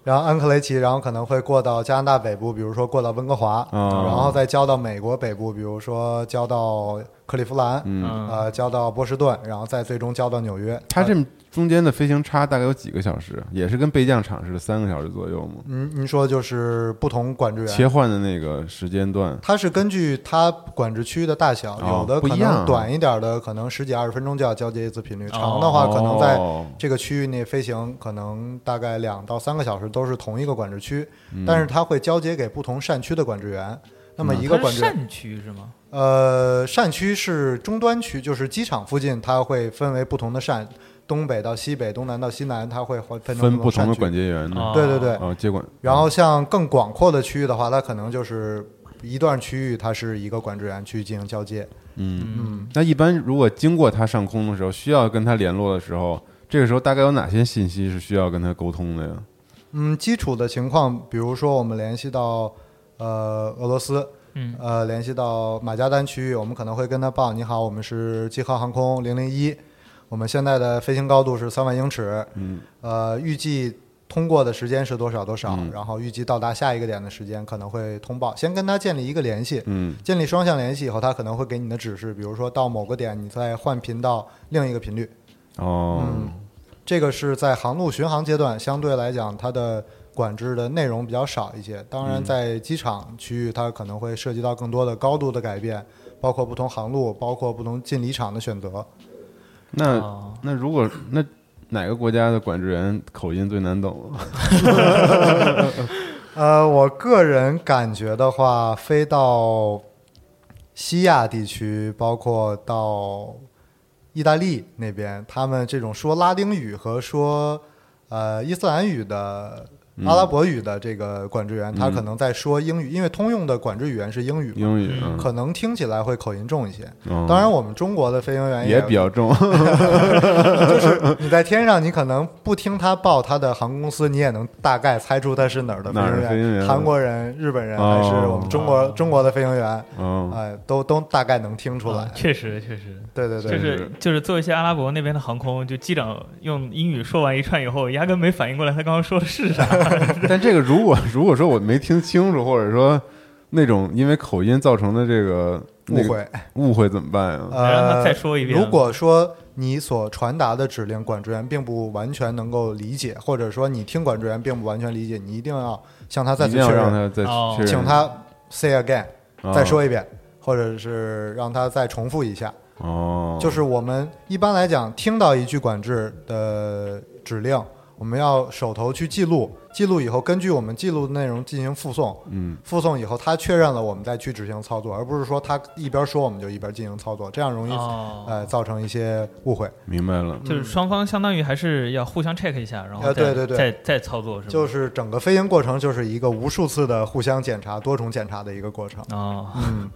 然后安克雷奇，然后可能会过到加拿大北部，比如说过到温哥华，
哦
然后再交到美国北部，比如说交到克利夫兰，
嗯
呃，交到波士顿，然后再最终交到纽约。呃
它这中间的飞行差大概有几个小时？也是跟备降场似的，三个小时左右吗？
您您说就是不同管制
切
员，
换的那个时间段，
它是根据它管制区的大小，
哦
有的
不
可
一样啊
能短一点的，可能十几二十分钟就要交接一次频率，长的话可能在
哦
这个区域内飞行，可能大概两到三个小时都是同一个管制区，
嗯
但是它会交接给不同扇区的管制员。那么一个
它
管
是
制员
扇区是吗？
呃，扇区是终端区，就是机场附近，它会分为不同的扇，东北到西北，东南到西南，它会分成
分不同
扇
的
区
管接员呢
哦。
对对对。
哦，接管。
然后像更广阔的区域的话，它可能就是一段区域，它是一个管制员去进行交接。
嗯
嗯
那一般如果经过它上空的时候，需要跟它联络的时候，这个时候大概有哪些信息是需要跟它沟通的呀？
嗯，基础的情况，比如说我们联系到呃俄罗斯，
嗯，
呃联系到马加丹区域，我们可能会跟他报：你好，我们是基航航空零零一，我们现在的飞行高度是三万英尺，嗯，呃预计通过的时间是多少多少，然后预计到达下一个点的时间可能会通报，先跟他建立一个联系，
嗯，
建立双向联系以后，他可能会给你的指示，比如说到某个点，你再换频道另一个频率，
哦，
嗯这个是在航路巡航阶段，相对来讲它的管制的内容比较少一些。当然，在机场区域，它可能会涉及到更多的高度的改变，包括不同航路，包括不同进离场的选择。
那、
哦
那如果那哪个国家的管制员口音最难懂 [LAUGHS] 啊？
呃，我个人感觉的话，飞到西亚地区，包括到意大利那边，他们这种说拉丁语和说呃伊斯兰语的。呃阿拉伯语的这个管制员，他可能在说英语，因为通用的管制语言是英语嘛，
英语啊，
嗯可能听起来会口音重一些。
哦
当然，我们中国的飞行员
也比较重。 [LAUGHS]
就是你在天上，你可能不听他报他的航空公司，你也能大概猜出他是哪儿的
哪儿的
飞
飞行
行
员
员，韩国人、日本人
哦
还是我们中国中国的飞行员，
哦，
哎，都都大概能听出来
啊。确实确实。
对对
就
对，
是就是做一些阿拉伯那边的航空，就机长用英语说完一串以后，压根没反应过来他刚刚说的是啥。
但这个如果 [LAUGHS] 如果说我没听清楚，或者说那种因为口音造成的这个
误
那个
[LAUGHS]
会。
误会怎么办啊呀？
让他
呃，
哎再说一遍
如果说你所传达的指令，管制员并不完全能够理解，或者说你听管制员并不完全理解，你一定要向他再
一
次
定要
确
让
认，
他再
哦
确认，
请他 say again，
啊
再说一遍，或者是让他再重复一下。
哦，
就是我们一般来讲，听到一句管制的指令，我们要手头去记录，记录以后根据我们记录的内容进行附送，
嗯，
附送以后他确认了，我们再去执行操作，而不是说他一边说我们就一边进行操作，这样容易、
哦
呃造成一些误会。
明白
嗯
了。
[LAUGHS] 就是双方相当于还是要互相 check 一下，然后
呃
再
对对对
再再操作是吗？
就是整个飞行过程就是一个无数次的互相检查、多重检查的一个过程。
哦，
嗯，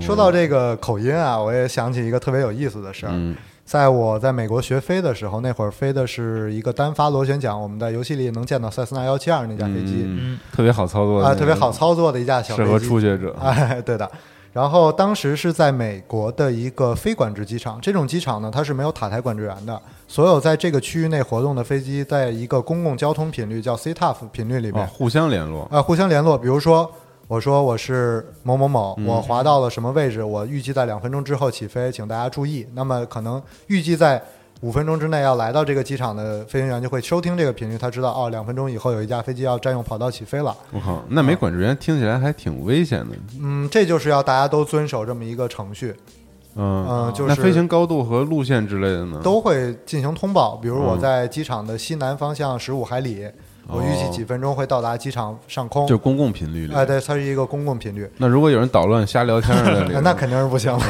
说到这个口音啊，我也想起一个特别有意思的事儿。
嗯
在我在美国学飞的时候，那会儿飞的是一个单发螺旋桨，我们在游戏里能见到塞斯纳幺七二那架飞机啊
嗯，特别好操作
啊、特别好操作的一架小
适
飞机，
合初学者。
[LAUGHS] 哎，对的。然后当时是在美国的一个非管制机场，这种机场呢，它是没有塔台管制员的，所有在这个区域内活动的飞机，在一个公共交通频率叫 CTAF 频率里面
哦，，互相联络，
呃，互相联络。比如说，我说我是某某某，我滑到了什么位置，我预计在两分钟之后起飞，请大家注意。那么可能预计在五分钟之内要来到这个机场的飞行员就会收听这个频率，他知道哦，两分钟以后有一架飞机要占用跑道起飞了。
我靠，那没管制员听起来还挺危险的。
嗯，这就是要大家都遵守这么一个程序，
嗯，
嗯就
那
是
飞行高度和路线之类的呢？
都会进行通报。比如我在机场的西南方向十五海里，我预计几分钟会到达机场上空。
就公共频率里。
哎，对，它是一个公共频率。
那如果有人捣乱瞎聊天儿
[LAUGHS]
在里头，
那肯定是不行了。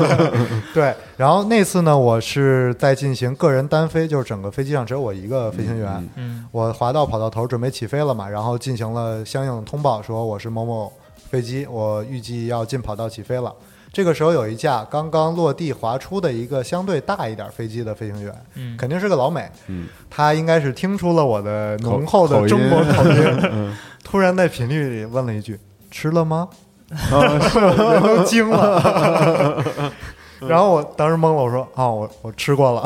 [LAUGHS] 对，然后那次呢，我是在进行个人单飞，就是整个飞机上只有我一个飞行员。
嗯
我滑到跑道头准备起飞了嘛，然后进行了相应的通报，说我是某某飞机，我预计要进跑道起飞了。这个时候有一架刚刚落地滑出的一个相对大一点飞机的飞行员，
嗯
肯定是个老美，
嗯
他应该是听出了我的浓厚
口口
的
音
中国口音， [LAUGHS] 嗯突然在频率里问了一句：“吃了吗？”啊我 [LAUGHS] 人都惊了。 [LAUGHS] 然后我当时懵了，我说：“啊，我我吃过了。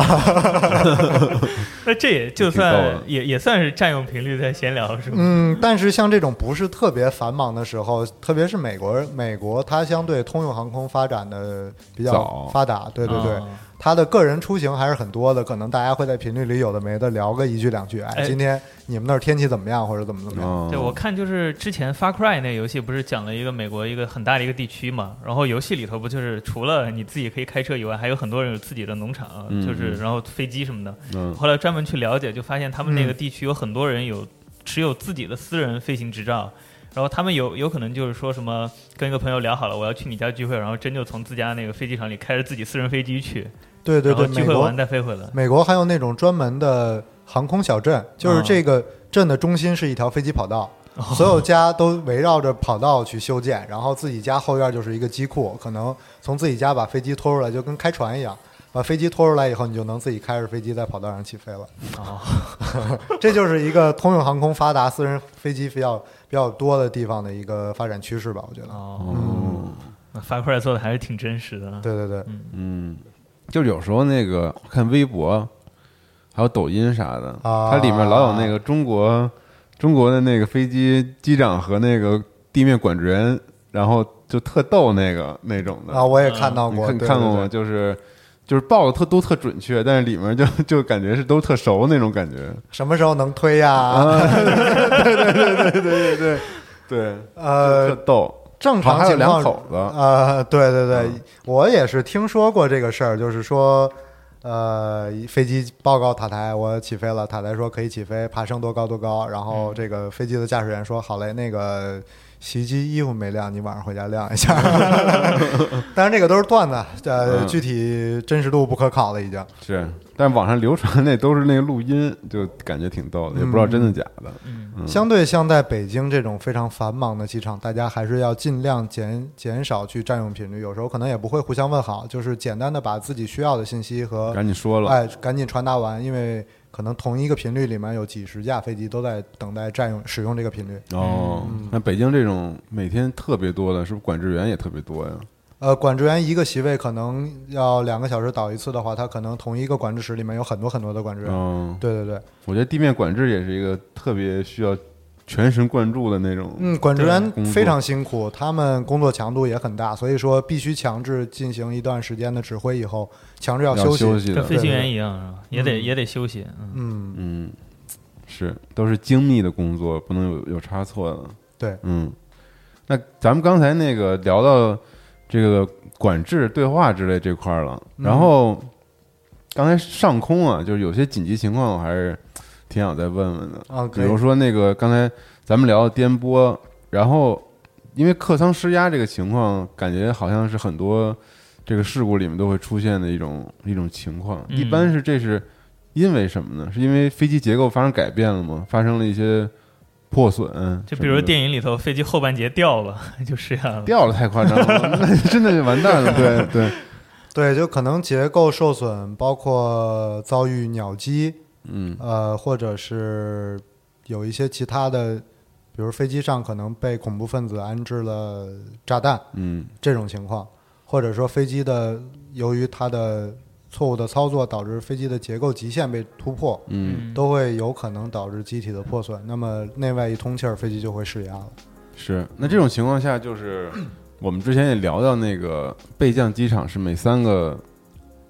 那这也就
挺逗
算
的
也也算是占用频率在闲聊是”吗？
嗯，但是像这种不是特别繁忙的时候，特别是美国，美国它相对通用航空发展的比较
早
发达，对对对
哦，
它的个人出行还是很多的，可能大家会在频率里有的没的聊个一句两句，哎，啊
哎
今天你们那儿天气怎么样，或者怎么怎么样。
哦
对，我看就是之前《Far Cry》那游戏不是讲了一个美国一个很大的一个地区嘛，然后游戏里头不就是除了你自己可以开车以外，还有很多人有自己的农场，
嗯
就是然后飞机什么的。
嗯
后来专门去了解，就发现他们那个地区有很多人有持有自己的私人飞行执照，然后他们有有可能就是说什么跟一个朋友聊好了，我要去你家聚会，然后真就从自家那个飞机场里开着自己私人飞机去，
对对
然后
对，
聚
美
会
国
完再飞回来。
美国还有那种专门的航空小镇，就是
啊
这个镇的中心是一条飞机跑道，
哦
所有家都围绕着跑道去修建，然后自己家后院就是一个机库，可能从自己家把飞机拖出来就跟开船一样。把飞机拖出来以后，你就能自己开着飞机在跑道上起飞了。
哦，
[LAUGHS] 这就是一个通用航空发达、私人飞机比较比较多的地方的一个发展趋势吧，我觉得。
哦，那 Far Cry 做的还是挺真实的。
对对对，
嗯，就是有时候那个看微博，还有抖音啥的，
啊
它里面老有那个中国中国的那个飞机机长和那个地面管制员，然后就特逗那个那种的。
啊，我也看
嗯
到
你
过，
看
对
看过
对
吗？
对
就是就是报的特都特准确，但是里面就就感觉是都特熟那种感觉。
[LAUGHS] 什么时候能推呀？
啊对，
呃
特，逗。
正常
还有
情
两
况
口子嗯
呃，对对对，我也是听说过这个事儿，就是说，呃，飞机报告塔台，我起飞了，塔台说可以起飞，爬升多高多高，然后
嗯
这个飞机的驾驶员说，好嘞，那个洗衣机衣服没晾，你晚上回家晾一
[LAUGHS]
下。当然这个都是段子，呃，
嗯
具体真实度不可考了，已经。
是，但网上流传那都是那个录音，就感觉挺逗的，也不知
嗯
道真的假的。嗯
相对像在北京这种非常繁忙的机场，大家还是要尽量减减少去占用频率。有时候可能也不会互相问好，就是简单的把自己需要的信息和
赶紧说了，
哎赶紧传达完，因为可能同一个频率里面有几十架飞机都在等待占用使用这个频率。
哦，
嗯
那北京这种每天特别多的，是不是管制员也特别多呀？
呃，管制员一个席位可能要两个小时倒一次的话，他可能同一个管制室里面有很多很多的管制员。
嗯，
对对对，
我觉得地面管制也是一个特别需要全神贯注的那种。
嗯，管制员
工作
非常辛苦，他们工作强度也很大，所以说必须强制进行一段时间的指挥以后，强制要
要
休息。
休息
跟
的，
飞行员一样，是吧也得也得休息。嗯，
嗯，
嗯，是都是精密的工作，不能有有差错的。
对，
嗯，那咱们刚才那个聊到这个管制、对话之类这块儿了，然后刚才上空啊，就是有些紧急情况，我还是挺想再问问的。
啊，
比
可以
如说那个刚才咱们聊的颠簸，然后因为客舱失压这个情况，感觉好像是很多这个事故里面都会出现的一种一种情况。
嗯
一般是这是因为什么呢？是因为飞机结构发生改变了吗？发生了一些破损，
就比如
电
电影里头飞机后半截掉了， [LAUGHS] 就是这样。
掉了太夸张了， [LAUGHS] 那真的就完蛋了。
[LAUGHS]
对对，
对，就可能结构受损，包括遭遇鸟击，
嗯
呃，或者是有一些其他的比如飞机上可能被恐怖分子安置了炸弹
嗯
这种情况，或者说飞机的由于它的错误的操作导致飞机的结构极限被突破，
嗯，
都会有可能导致机体的破损。那么内外一通气儿，飞机就会失压了。
是。那这种情况下，就是我们之前也聊到那个备降机场是每三个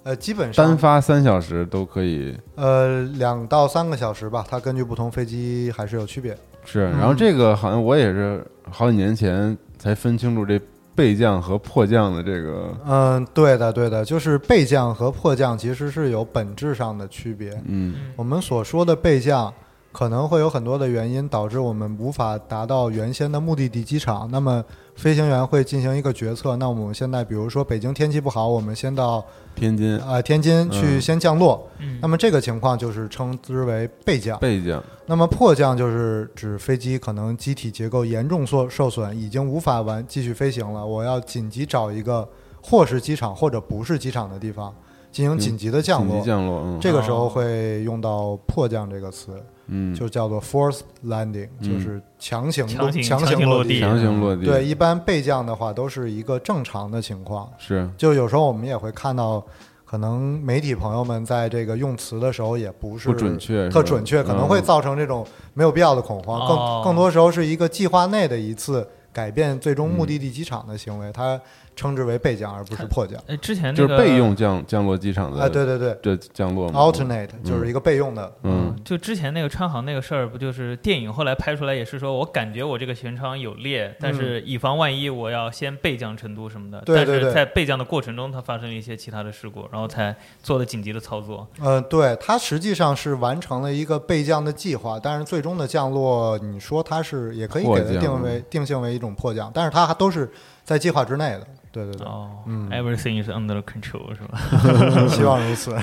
呃，基本上
单发三小时都可以
呃，两到三个小时吧，它根据不同飞机还是有区别。
是。然
嗯
后这个好像我也是好几年前才分清楚这备降和迫降的这个，
嗯，对的，对的，就是备降和迫降其实是有本质上的区别。
嗯
我们所说的备降，可能会有很多的原因导致我们无法达到原先的目的地机场。那么飞行员会进行一个决策。那我们现在，比如说北京天气不好，我们先到
天津
呃天津去
嗯
先降落。
嗯
那么这个情况就是称之为备降。
备降，
那么迫降就是指飞机可能机体结构严重受受损，已经无法完继续飞行了，我要紧急找一个或是机场或者不是机场的地方进行紧急的降
紧
落。
急降落，嗯
这个时候会用到“迫降”这个词，
嗯，
就叫做 “force landing”，、
嗯
就是强行
强行
强
强行
落
落地
强行落地，
对，，一般备降的话都是一个正常的情况，
是
就有时候我们也会看到，可能媒体朋友们在这个用词的时候也不是
不准确是吧嗯
特准确，可能会造成这种没有必要的恐慌。
哦
更更多时候是一个计划内的一次改变最终
嗯
目的地机场的行为，它称之为备降而不是迫降。
哎，之前
就是
那个
备用降降落机场的
啊，对对对
这降落嘛
，alternate 就是一个备用的，
嗯
就之前那个川航那个事儿，不就是电影后来拍出来也是说，我感觉我这个舷窗有裂，但是以防万一，我要先备降成都什么的。
嗯对对
但
对
是在备降的过程中，它发生了一些其他的事故，然后才做了紧急的操作。
呃，对，它实际上是完成了一个备降的计划，但是最终的降落，你说它是也可以
迫
给
降
它定为定性为一种迫降，但是它还都是在计划之内的。对对对，
哦、
嗯
e v e r y t h i n g is under control 是吧？
[LAUGHS]
希望如此。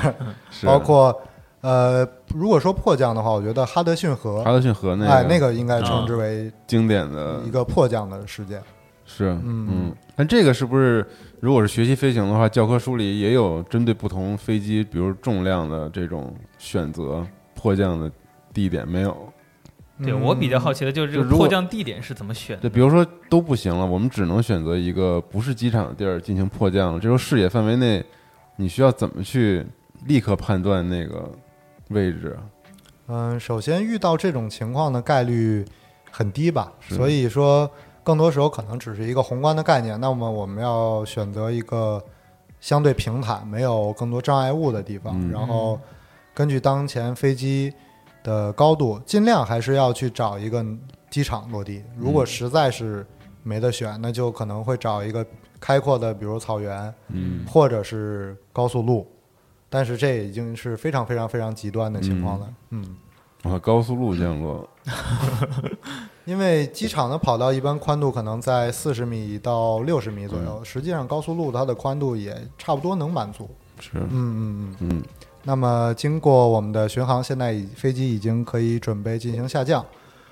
是
包括呃，如果说迫降的话，我觉得哈德逊河
哈，德逊河那
哎，那
个啊
个应嗯该称之为
经典的
一个迫降的事件。
是嗯，但这个是不是如果是学习飞行的话，教科书里也有针对不同飞机，比如重量的这种选择迫降的地点没有？
嗯
对我比较好奇的就是这
就
个
如果
迫降地点是怎么选的
就比如说都不行了，我们只能选择一个不是机场的地儿进行迫降了。这时候视野范围内，你需要怎么去立刻判断那个位置？
嗯，首先遇到这种情况的概率很低吧，
是
所以说更多时候可能只是一个宏观的概念。那么我们要选择一个相对平坦、没有更多障碍物的地方，
嗯
然后根据当前飞机的高度，尽量还是要去找一个机场落地。如
嗯
果实在是没得选，那就可能会找一个开阔的，比如草原，
嗯，
或者是高速路。但是这已经是非常非常非常极端的情况了，嗯
啊，高速路降落，
因为机场的跑道一般宽度可能在四十米到六十米左右，实际上高速路它的宽度也差不多能满足。
是
嗯嗯嗯。
嗯
那么经过我们的巡航，现在已飞机已经可以准备进行下降。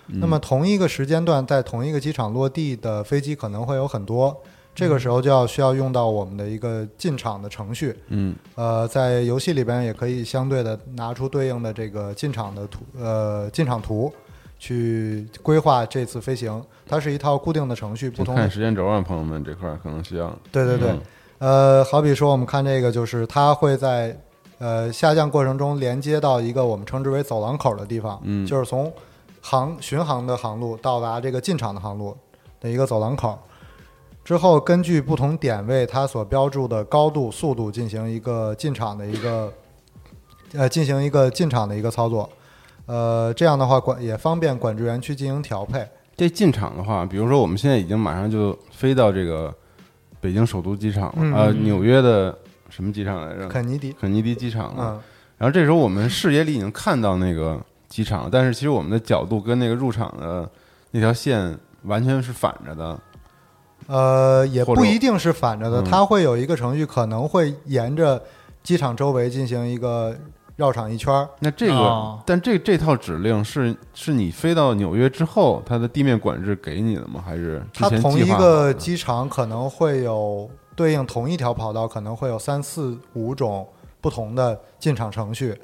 那么同一个时间段在同一个机场落地的飞机可能会有很多，这个时候就要需要用到我们的一个进场的程序。
嗯
呃，在游戏里边也可以相对的拿出对应的这个进场的图，呃，进场图去规划这次飞行。它是一套固定的程序，不
请
同
看
的，
时间轴啊，朋友们这块儿可能需要
对对对。呃，好比说我们看这个，就是它会在呃下降过程中连接到一个我们称之为走廊口的地方，
嗯
就是从航巡航的航路到达这个进场的航路的一个走廊口。之后根据不同点位它所标注的高度、速度进行一个进场的一个呃进行一个进场的一个操作。呃，这样的话管也方便管制员去进行调配。
这进场的话，比如说我们现在已经马上就飞到这个北京首都机场了，
嗯
呃，纽约的什么机场来着？
肯尼迪，
肯尼迪机场了。
嗯，
然后这时候我们视野里已经看到那个机场了，但是其实我们的角度跟那个入场的那条线完全是反着的。
呃，也
或者
不一定是反着的，
嗯
它会有一个程序，可能会沿着机场周围进行一个绕场一圈儿。
那这个，
哦
但这这套指令是是你飞到纽约之后，它的地面管制给你的吗？还是之
它
前
同
计
一
划好
个
的
机场可能会有对应同一条跑道，可能会有三四五种不同的进场程序，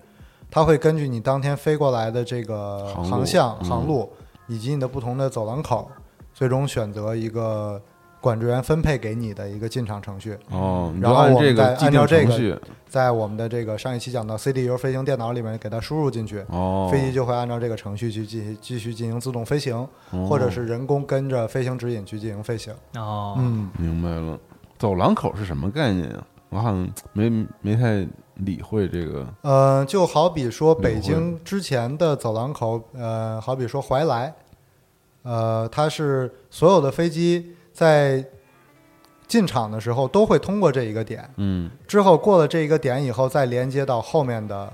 它会根据你当天飞过来的这个
航路
航向、
嗯
航路以及你的不同的走廊口，最终选择一个管制员分配给你的一个进场程序。
哦，你就
然后
按
我
这
们
个
再
既
按
定
照这
程
个
序，
在我们的这个上一期讲到 CDU 飞行电脑里面给它输入进去，
哦，
飞机就会按照这个程序去继续继续进行自动飞行，
哦
或者是人工跟着飞行指引去进行飞行。
哦，
嗯，
明白了。走廊口是什么概念啊？我好像没没太理会这个。
呃，就好比说北
领
京之前的走廊口，呃，好比说怀来，呃，它是所有的飞机在进场的时候都会通过这一个点，
嗯，
之后过了这一个点以后，再连接到后面的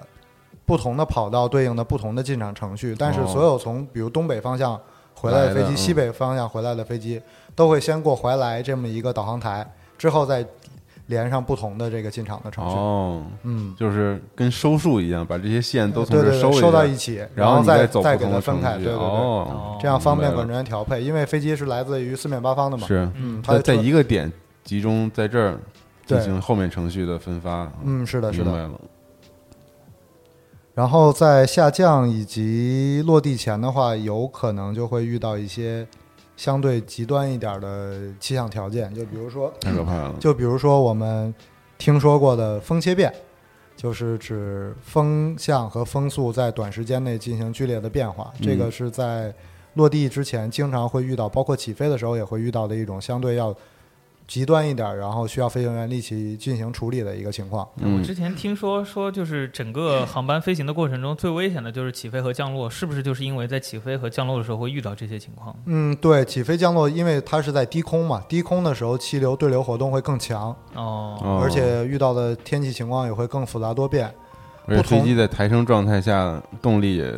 不同的跑道对应的不同的进场程序。但是
哦
所有从比如东北方向回来的飞
来的
机、
嗯
西北方向回来的飞机，都会先过怀来这么一个导航台，之后再连上不同的这个进场的程序。
哦，
嗯，
就是跟收束一样，把这些线都从
对
这
对
儿
对，
一
收到
下
一，起，
然
后
你再走
再
不
给
同
它
的
分
程
开，
序
对对
哦
对，
哦，
这样方便
明白
管
了
制员调配。因为飞机是来自于四面八方的嘛，
是
嗯，它
在
的
在
车
一个点集中在这儿进
对
行后面程序的分发。
嗯是的是
明
的
白。了。
然后在下降以及落地前的话，有可能就会遇到一些相对极端一点的气象条件，就比如说，
太可怕了！
就比如说我们听说过的风切变，就是指风向和风速在短时间内进行剧烈的变化。这个是在落地之前经常会遇到，包括起飞的时候也会遇到的一种相对要极端一点，然后需要飞行员立即进行处理的一个情况。
我
嗯，
之前听说说，就是整个航班飞行的过程中，最危险的就是起飞和降落，是不是就是因为在起飞和降落的时候会遇到这些情况？
嗯，对，起飞降落，因为它是在低空嘛，低空的时候气流对流活动会更强，
哦，
哦
而且遇到的天气情况也会更复杂多变。
而且
不同
飞机在抬升状态下，动力也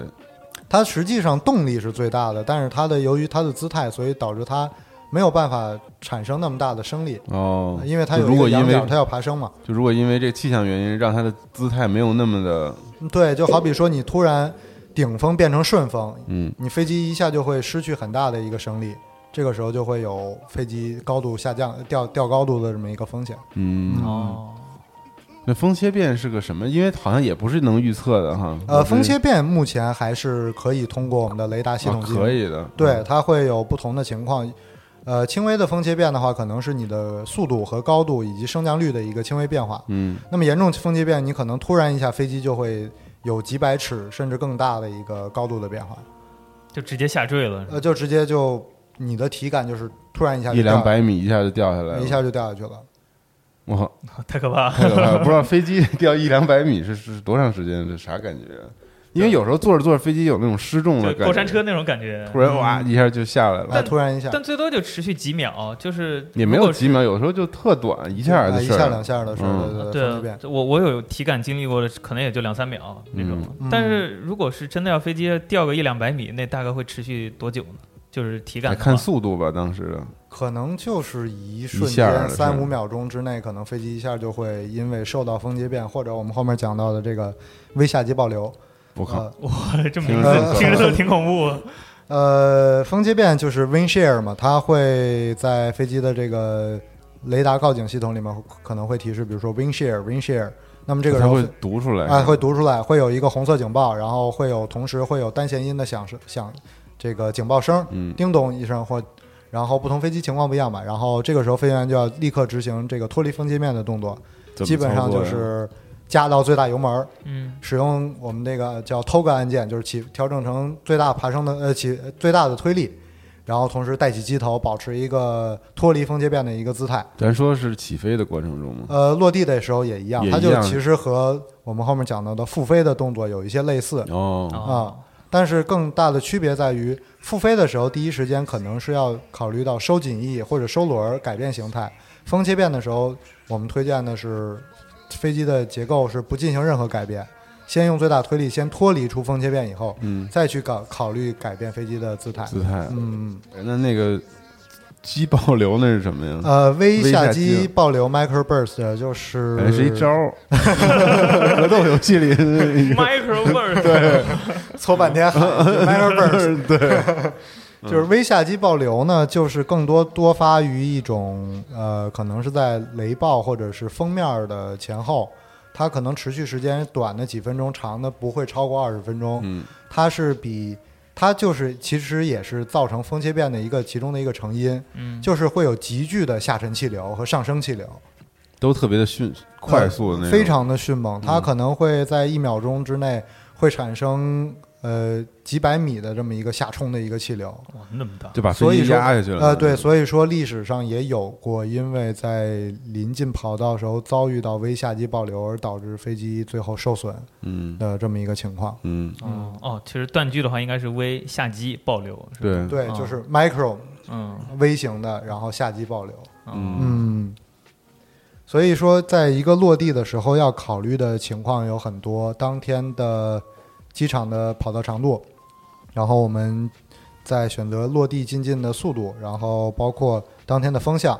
它实际上动力是最大的，但是它的由于它的姿态，所以导致它没有办法产生那么大的升力，
哦，
因为它
就
有
如
一
果
个
因
仰
为
角，它要爬升嘛。
就如果因为这气象原因，让它的姿态没有那么的，
嗯对，就好比说你突然顶风变成顺风，
嗯，
你飞机一下就会失去很大的一个升力，这个时候就会有飞机高度下降、掉掉高度的这么一个风险。
嗯，
哦，
那风切变是个什么？因为好像也不是能预测的哈。
呃，风
啊
切变目前还是可以通过我们的雷达系统进行、
可以嗯的，
对，它会有不同的情况。呃，轻微的风切变的话，可能是你的速度和高度以及升降率的一个轻微变化。
嗯，
那么严重风切变，你可能突然一下飞机就会有几百尺甚至更大的一个高度的变化，
就直接下坠了。
呃，就直接就你的体感就是突然一下就
一
掉
两百米一下就掉下来了，
一下就掉下去了。
我靠，
太可怕了！
太可怕了！不知道飞机 [LAUGHS] 掉一两百米是是多长时间，是啥感觉？因为有时候坐着坐着飞机有那种失重的
就
感觉，
过山车那种感觉。
突然哇一下就下来
啊，
了，
突然一下，
但最多就持续几秒，就是
也没有
如果是
几秒，有时候就特短，一下
啊
的
一
事儿
下两下的事儿，
嗯
对对对，风
对
切变，，
我我有体感经历过的，可能也就两三秒那种。
嗯
但是如果是真的要飞机掉个一两百米，那大概会持续多久呢？就是体感
还
的话
看速度吧，当时的。
可能就是一瞬
一下儿
间
的事儿
三五秒钟之内，可能飞机一下就会因为受到风切变，或者我们后面讲到的这个微下级爆流，
我靠，
呃，
哇， [LAUGHS] 这名
听
着
字听着都挺恐怖。
呃，风切变就是 wind shear 嘛，它会在飞机的这个雷达告警系统里面可能会提示，比如说 wind shear wind shear。那么这个时
它
候
会读出来，
啊会读出来，会有一个红色警报，然后会有同时会有单弦音的响声响这个警报声，
嗯
叮咚一声或。然后不同飞机情况不一样嘛，然后这个时候飞行员就要立刻执行这个脱离风切面的动作，
怎么
基本上就
操作呀
是加到最大油门儿，
嗯，
使用我们那个叫 TOGA 按键，就是起调整成最大爬升的呃起最大的推力，然后同时带起机头，保持一个脱离风切变的一个姿态。
咱说是起飞的过程中吗？
呃，落地的时候也一样，
也一
它
样
就其实和我们后面讲到的复飞的动作有一些类似，
嗯
哦，
[LAUGHS]
啊，但是更大的区别在于复飞的时候，第一时间可能是要考虑到收紧翼或者收轮儿改变形态。风切变的时候，我们推荐的是飞机的结构是不进行任何改变，先用最大推力先脱离出风切变以后，
嗯，
再去搞考虑改变飞机的姿态。
姿态。
嗯，
那那个机爆流那是什么呀？
呃，微
微下
下
机
机爆流 microburst 就是
哎，是一招
[LAUGHS]
儿，格斗游戏里的一个
Micro Bird，
搓半天 microburst，
对，
[LAUGHS] 就是微下机爆流呢，就是更多多发于一种呃，可能是在雷暴或者是封面儿的前后，它可能持续时间短的几分钟，长的不会超过二十分钟。
嗯，
它是比它就是其实也是造成风切变的一个其中的一个成因，
嗯，
就是会有急剧的下沉气流和上升气流，
都特别的迅快速的那种，嗯
非常的迅猛，它可能会在一秒钟之内会产生呃几百米的这么一个下冲的一个气流，
哇，那么大，
就把
所
飞
以
机
说
压下去了。
呃，对，所以说历史上也有过，因为在临近跑道时候遭遇到微下级爆流而导致飞机最后受损
嗯
的这么一个情况。
嗯，
嗯，哦，其实断句的话应该是微下机爆流，是吧，
对，
对，
嗯
就是 micro
嗯哦
微型的，然后下级爆流。
嗯
嗯，所以说，在一个落地的时候要考虑的情况有很多，当天的机场的跑道长度，然后我们再选择落地进近的速度，然后包括当天的风向，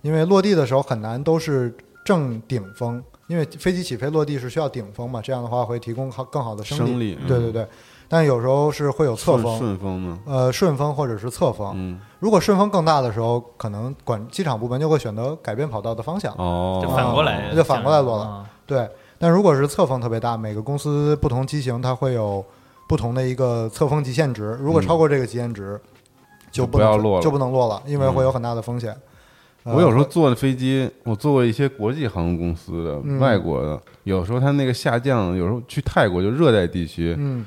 因为落地的时候很难都是正顶风，因为飞机起飞落地是需要顶风嘛，这样的话会提供好更好的升
升力嗯
对对对，但有时候是会有侧
顺
啊风，
顺风呢，
呃，顺风或者是侧风，
嗯
如果顺风更大的时候，可能管机场部门就会选择改变跑道的方向。
哦
就，反过来
哦
这样，
就反过来落了
啊
对，但如果是侧风特别大，每个公司不同机型它会有不同的一个侧风极限值，如果超过这个极限值，就不
就
能
不要落了嗯
就不能落了，因为会有很大的风险。呃
我有时候坐的飞机，我坐过一些国际航空公司的、
嗯
外国的，有时候它那个下降，有时候去泰国就热带地区，
嗯，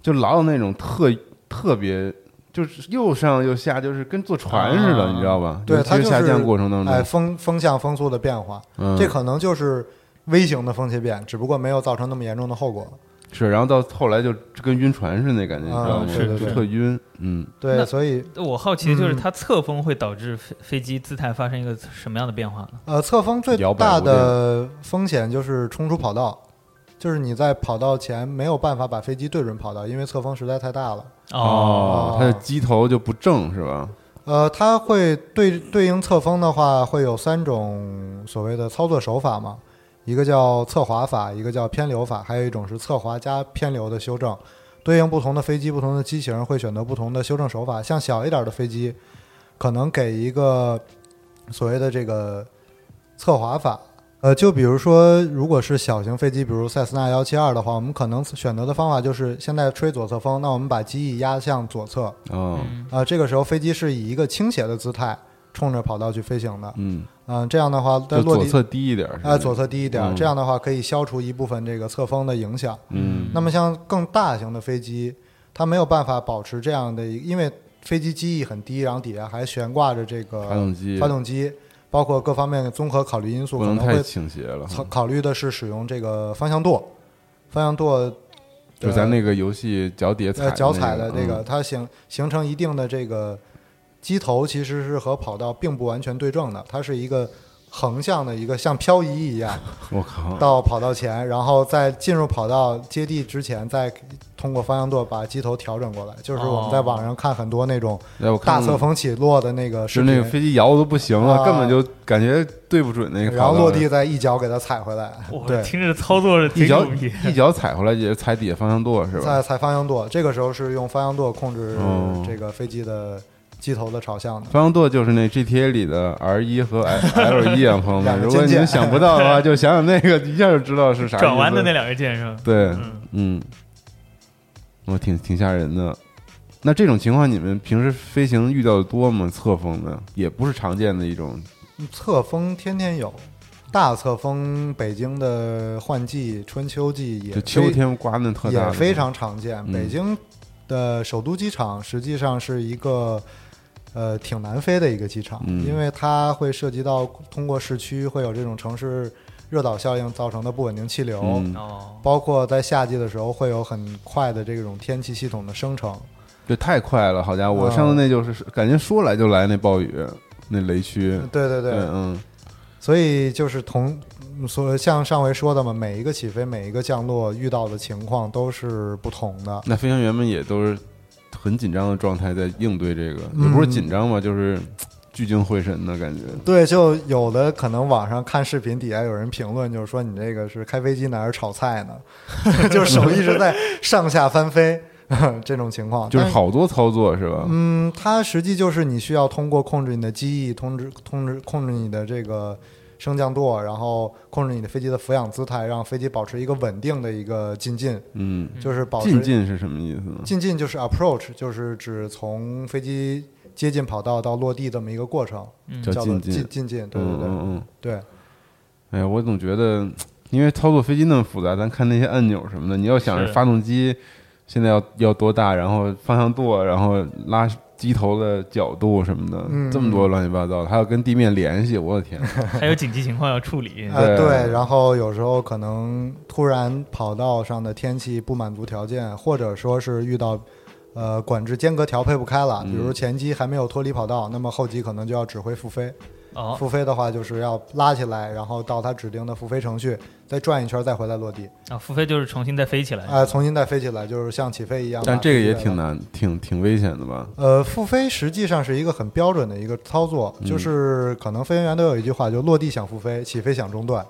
就老有那种特特别，就是又上又下，就是跟坐船似的，
啊
你知道吧？
对
尤其
它就是是
下降过程当
哎，
中，
风风向风速的变化，
嗯，
这可能就是微型的风切变，只不过没有造成那么严重的后果。
是，然后到后来就跟晕船似的那感觉，你知道
啊
吗？
是的
就是特晕，嗯，
对，
那
所以
我好奇就是
嗯
它侧风会导致飞飞机姿态发生一个什么样的变化呢？
呃，侧风最
摇摆
大
不定
的风险就是冲出跑道，就是你在跑道前没有办法把飞机对准跑道，因为侧风实在太大了。
它哦的机头就不正是吧？
呃，它会对对应侧风的话，会有三种所谓的操作手法嘛，一个叫侧滑法，一个叫偏流法，还有一种是侧滑加偏流的修正。对应不同的飞机、不同的机型，会选择不同的修正手法。像小一点的飞机，可能给一个所谓的这个侧滑法。呃，就比如说，如果是小型飞机，比如塞斯纳幺七二的话，我们可能选择的方法就是现在吹左侧风，那我们把机翼压向左侧，
哦，
啊，这个时候飞机是以一个倾斜的姿态冲着跑道去飞行的。
嗯，
嗯、这样的话在
就
落
左
地
侧低一点，是吧
啊左，侧低一点，
嗯
这样的话可以消除一部分这个侧风的影响。
嗯
那么像更大型的飞机，它没有办法保持这样的一，因为飞机机翼很低，然后底下还悬挂着这个
发动机
发动机，包括各方面的综合考虑因素，
不
可
能
能
太
会
倾斜了，
考考虑的是使用这个方向舵，方向舵。
就咱那个游戏脚底下踩
呃，脚踩
的嗯
的这个，它形形成一定的这个机头，其实是和跑道并不完全对正的，它是一个横向的一个像漂移
[LAUGHS]
一样
嗯我靠，
到跑道前，然后在进入跑道接地之前，再通过方向舵把机头调整过来。就是我们在网上看很多那种
哎，哦我
大
看
侧
过，
风起落的那个
就
视
那
频
个，飞机摇的都不行了，
啊
根本就感觉对不准那个跑道，
然后落地再一脚给它踩回来。
我
对，
听着操作是挺
一脚
牛逼，
一脚踩回来也是踩底下方向舵是吧？
再踩方向舵，这个时候是用方向舵控制
哦
这个飞机的机头的朝向的。
方向舵就是那 GTA 里的 R 一和
[LAUGHS]
L 一啊，朋友们，
两个
如果
键
你
键
们想不到的
[LAUGHS]
话，就想想那个，一下就知道是啥意思
转弯的那两个键是吧？
对，
嗯
嗯，我挺挺吓人的。那这种情况，你们平时飞行遇到的多吗？侧风的也不是常见的一种，
侧风嗯天天有，大侧风北京的换季、春秋季也
就
非
秋天刮那特大的
也非常常见。
嗯
北京的首都机场实际上是一个呃挺难飞的一个机场，
嗯
因为它会涉及到通过市区会有这种城市热岛效应造成的不稳定气流，
嗯，
哦，
包括在夏季的时候会有很快的这种天气系统的生成。
这太快了，好家伙！我
啊
上次那就是感觉说来就来那暴雨，那雷区，
对对对，
嗯，
所以就是同嗯所像上回说的嘛，每一个起飞、每一个降落遇到的情况都是不同的。
那飞行员们也都是很紧张的状态在应对这个，也
嗯
不是紧张吧，就是聚精会神的感觉。
对，就有的可能网上看视频底下有人评论，就是说你这个是开飞机呢还是 [LAUGHS] 炒菜呢？就是手一直在上下翻飞 [LAUGHS] 这种情况，
就是
但。
好多操作是
嗯
吧？
嗯，它实际就是你需要通过控制你的机翼，通知、通知、控制你的这个升降舵，然后控制你的飞机的俯仰姿态，让飞机保持一个稳定的一个进近，
嗯，
就是保持
进进是什么意思呢？
进近就是 approach，就是指从飞机接近跑道到落地这么一个过程，
叫
叫做
进
进
进，
进近，对对
嗯
对、
嗯嗯。
对。
哎呀，我总觉得，因为操作飞机那么复杂，咱看那些按钮什么的，你要想着
是
发动机现在要要多大，然后方向舵，然后拉机头的角度什么的，
嗯
这么多乱七八糟的，还要跟地面联系，我的
[LAUGHS]
天，
还有紧急情况要处理，
呃，
对
对，然后有时候可能突然跑道上的天气不满足条件，或者说是遇到呃管制间隔调配不开了，
嗯
比如前机还没有脱离跑道，那么后机可能就要指挥复飞。
哦，
复飞的话，就是要拉起来，然后到它指定的复飞程序，再转一圈，再回来落地，
啊，复飞就是重新再飞起来，
呃，重新再飞起来，就是像起飞一样。
但这个也挺
难。
难，挺挺危险的吧？
呃，复飞实际上是一个很标准的一个操作，
嗯
就是可能飞行员都有一句话，就落地想复飞，起飞想中
[LAUGHS]
断，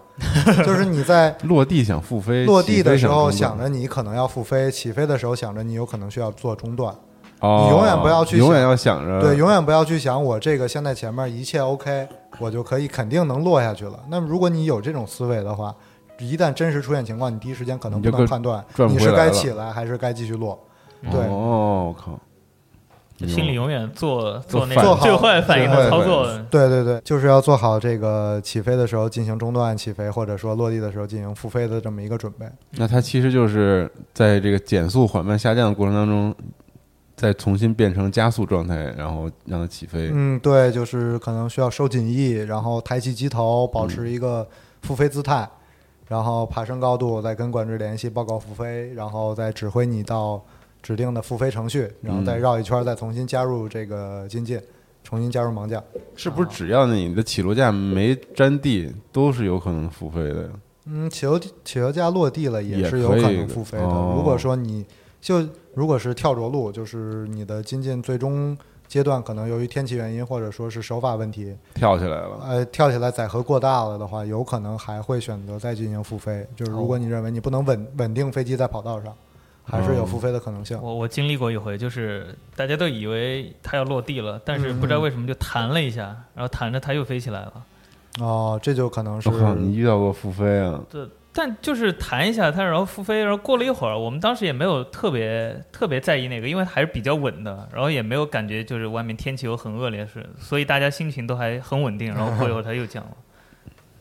就是你在
落地想复飞，
落地的时候
起飞
想
想
着你可能要复飞，起飞的时候想着你有可能需要做中断。
哦，
你永远不要去
永
想
远要想着
对，永远不要去想我这个现在前面一切 OK，我就可以肯定能落下去了。那么如果你有这种思维的话，一旦真实出现情况，你第一时间可能
你
不
就
能
跟
判断
转不
你
回
是
来
该
了
起来还是该继续落。对，
哦，我靠，
心里永远做
做
那
反
个
应
最坏反应的操
最坏
作，
对对对，就是要做好这个起飞的时候进行中断起飞，或者说落地的时候进行复飞的这么一个准备。
那它其实就是在这个减速缓慢下降的过程当中，再重新变成加速状态，然后让它起飞。
嗯，对，就是可能需要收紧翼，然后抬起机头，保持一个复飞姿态，然后爬升高度，再跟管制联系报告复飞，然后再指挥你到指定的复飞程序，然后再绕一圈，再重新加入这个进进，重新加入盲降。
是不是只要你的起落架没沾地，都是有可能复飞的呀？
嗯，起油起油架落地了也
也
是有
可
可
以
能复飞的。
哦
如果说你就如果是跳着陆，就是你的进进最终阶段可能由于天气原因或者说是手法问题，
跳起来了，
呃，跳起来载荷过大了的话，有可能还会选择再进行复飞。就是如
哦
果你认为你不能稳稳定飞机在跑道上，还是有
哦
复飞的可能性。
我我经历过一回，就是大家都以为它要落地了，但是不知道为什么就弹了一下，然后弹着它又飞起来了。
哦，这就可能是
我靠，你遇到过复飞啊？
这但就是弹一下它，然后复飞，然后过了一会儿，我们当时也没有特别特别在意那个，因为还是比较稳的，然后也没有感觉就是外面天气又很恶劣是，所以大家心情都还很稳定。然后过一会儿它又降了，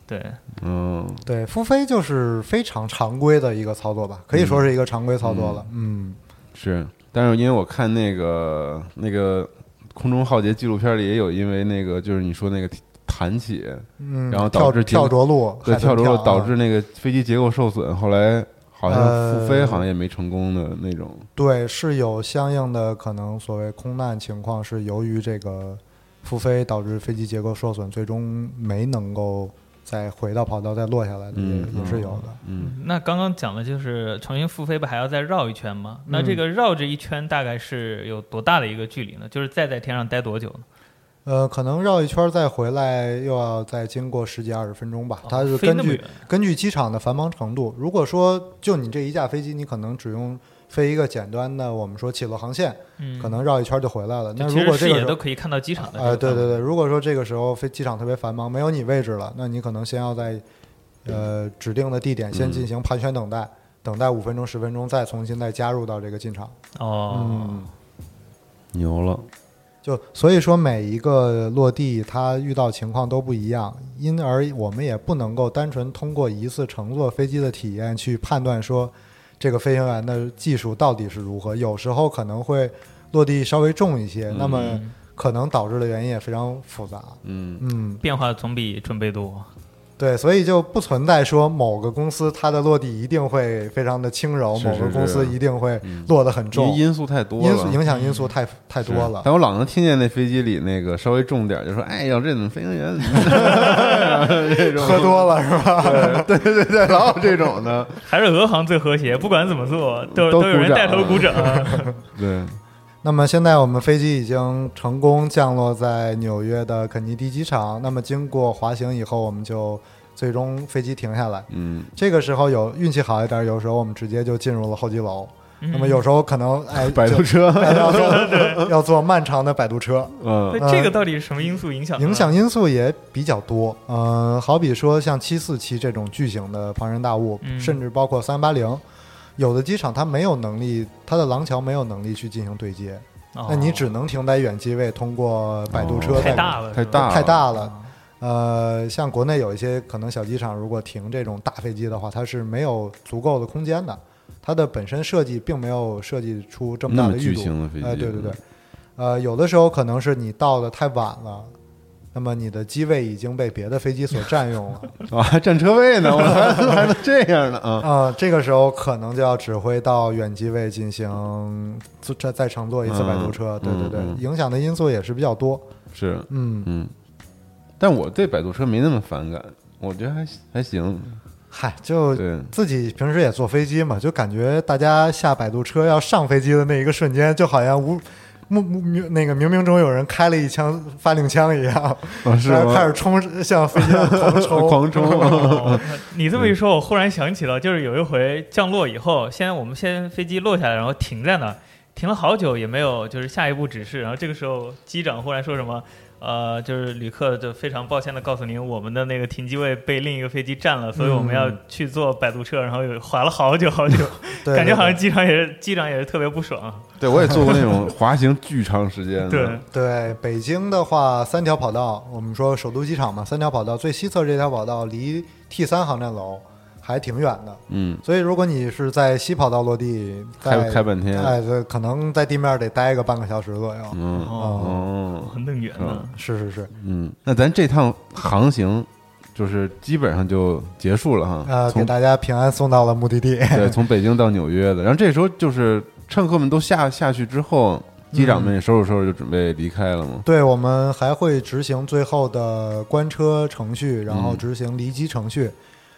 对，
嗯，
对复飞就是非常常规的一个操作吧，可
嗯
以说是一个常规操作了。嗯，
是。但是因为我看那个那个空中浩劫纪录片里也有，因为那个就是你说那个弹起，
嗯，
然后导
跳
致
跳着陆，
对，
海
跳
豚
着了导
啊
致那个飞机结构受损，后来好像复飞
呃
好像也没成功的那种。
对，是有相应的可能，所谓空难情况是由于这个复飞导致飞机结构受损，最终没能够再回到跑道再落下来的，也
嗯
也是有的。
嗯，
那刚刚讲的就是重新复飞，不还要再绕一圈吗？那这个绕这一圈大概是有多大的一个距离呢？就是再在天上待多久呢？
呃，可能绕一圈儿再回来，又要再经过十几二十分钟吧。它是
哦飞
根
那么
据
远
根据机场的繁忙程度，如果说就你这一架飞机，你可能只用飞一个简单的，我们说起落航线，
嗯
可能绕一圈儿就回来了。那
其
如
实
果这
视野
个时候
都可以看到机场的。
呃，对对对，如果说这个时候飞机场特别繁忙，没有你位置了，那你可能先要在呃指定的地点先进行盘旋等待，等待五分钟、十分钟，再重新再加入到这个进场。
哦，
嗯，
牛了。
就所以说每一个落地它遇到情况都不一样，因而我们也不能够单纯通过一次乘坐飞机的体验去判断说这个飞行员的技术到底是如何。有时候可能会落地稍微重一些，那么可能导致的原因也非常复杂。
嗯，
嗯。
变化总比准备多。
对，所以就不存在说某个公司它的落地一定会非常的轻柔，
是
某个
是
公司一定会落得很
因为
重，
因素太多了，嗯
因素影响因素太太多了。
但我老能听见那飞机里那个稍微重点儿就说：“哎呀，这怎么飞行员怎么 [LAUGHS] 这种
喝多了是吧？
对对对对，老有这种的。
还是俄航最和谐，不管怎么做，都
都
都有人
鼓掌
带头鼓掌。
嗯
对，
那么现在我们飞机已经成功降落在纽约的肯尼迪机场。那么经过滑行以后，我们就最终飞机停下来。
嗯，
这个时候有运气好一点，有时候我们直接就进入了候机楼。那么有时候可能哎，
[LAUGHS] 摆渡
就
车，
哎要坐要坐漫长的摆渡车，
嗯，
那这个到底是什么因素影响？啊
影响因素也比较多。嗯、好比说像七四七这种巨型的庞然大物，
嗯
甚至包括三八零，有的机场它没有能力，它的廊桥没有能力去进行对接，
哦，
那你只能停在远机位，通过摆渡车
哦
再、
太大了，
太
是吧
了
太大了。
啊
呃，像国内有一些可能小机场，如果停这种大飞机的话，它是没有足够的空间的，它的本身设计并没有设计出这么
那
大
么
的裕
巨
度。
型的飞机，
哎，对对对，呃，有的时候可能是你到的太晚了，那么你的机位已经被别的飞机所占
[LAUGHS]
用了，
啊，还占车位呢，我还 [LAUGHS] 还能这样呢啊，
啊、这个时候可能就要指挥到远机位进行自再再乘坐一次摆渡车，对
嗯
对对，
嗯嗯
影响的因素也是比较多，
是，
嗯，
嗯，但我对摆渡车没那么反感，我觉得还还行，
嗨，就
对，
自己平时也坐飞机嘛，就感觉大家下摆渡车要上飞机的那一个瞬间，就好像无。目目冥那个冥冥中有人开了一枪发令枪一样，
啊是
然后
吗
开始冲向飞机上
[LAUGHS]
狂冲，
狂冲，啊
哦你这么一说，我忽然想起了，就是有一回降落以后，先我们先飞机落下来，然后停在那儿，停了好久也没有就是下一步指示，然后这个时候机长忽然说什么，呃，就是旅客就非常抱歉的告诉您，我们的那个停机位被另一个飞机占
嗯
了，所以我们要去坐摆渡车，然后有滑了好久好久，
对
感觉好
对
像机长也是机长也是特别不爽，啊
对我也做过那种滑行巨长时间的，
对，
对，北京的话，三条跑道，我们说首都机场嘛，三条跑道最西侧这条跑道离 T 三航站楼还挺远的，
嗯，
所以如果你是在西跑道落地，
开
在
开半天
哎，对，可能在地面得待个半个小时左右。
嗯
哦，
哦，
弄远呢，
是是是，
嗯，那咱这趟航行就是基本上就结束了哈，
呃，
嗯
给
从
大家平安送到了目的地。
对从北京到纽约的，然后这时候就是乘客们都下下去之后，机长们也收拾收拾就准备离开了嘛，
对，我们还会执行最后的关车程序，然后
嗯
执行离机程序，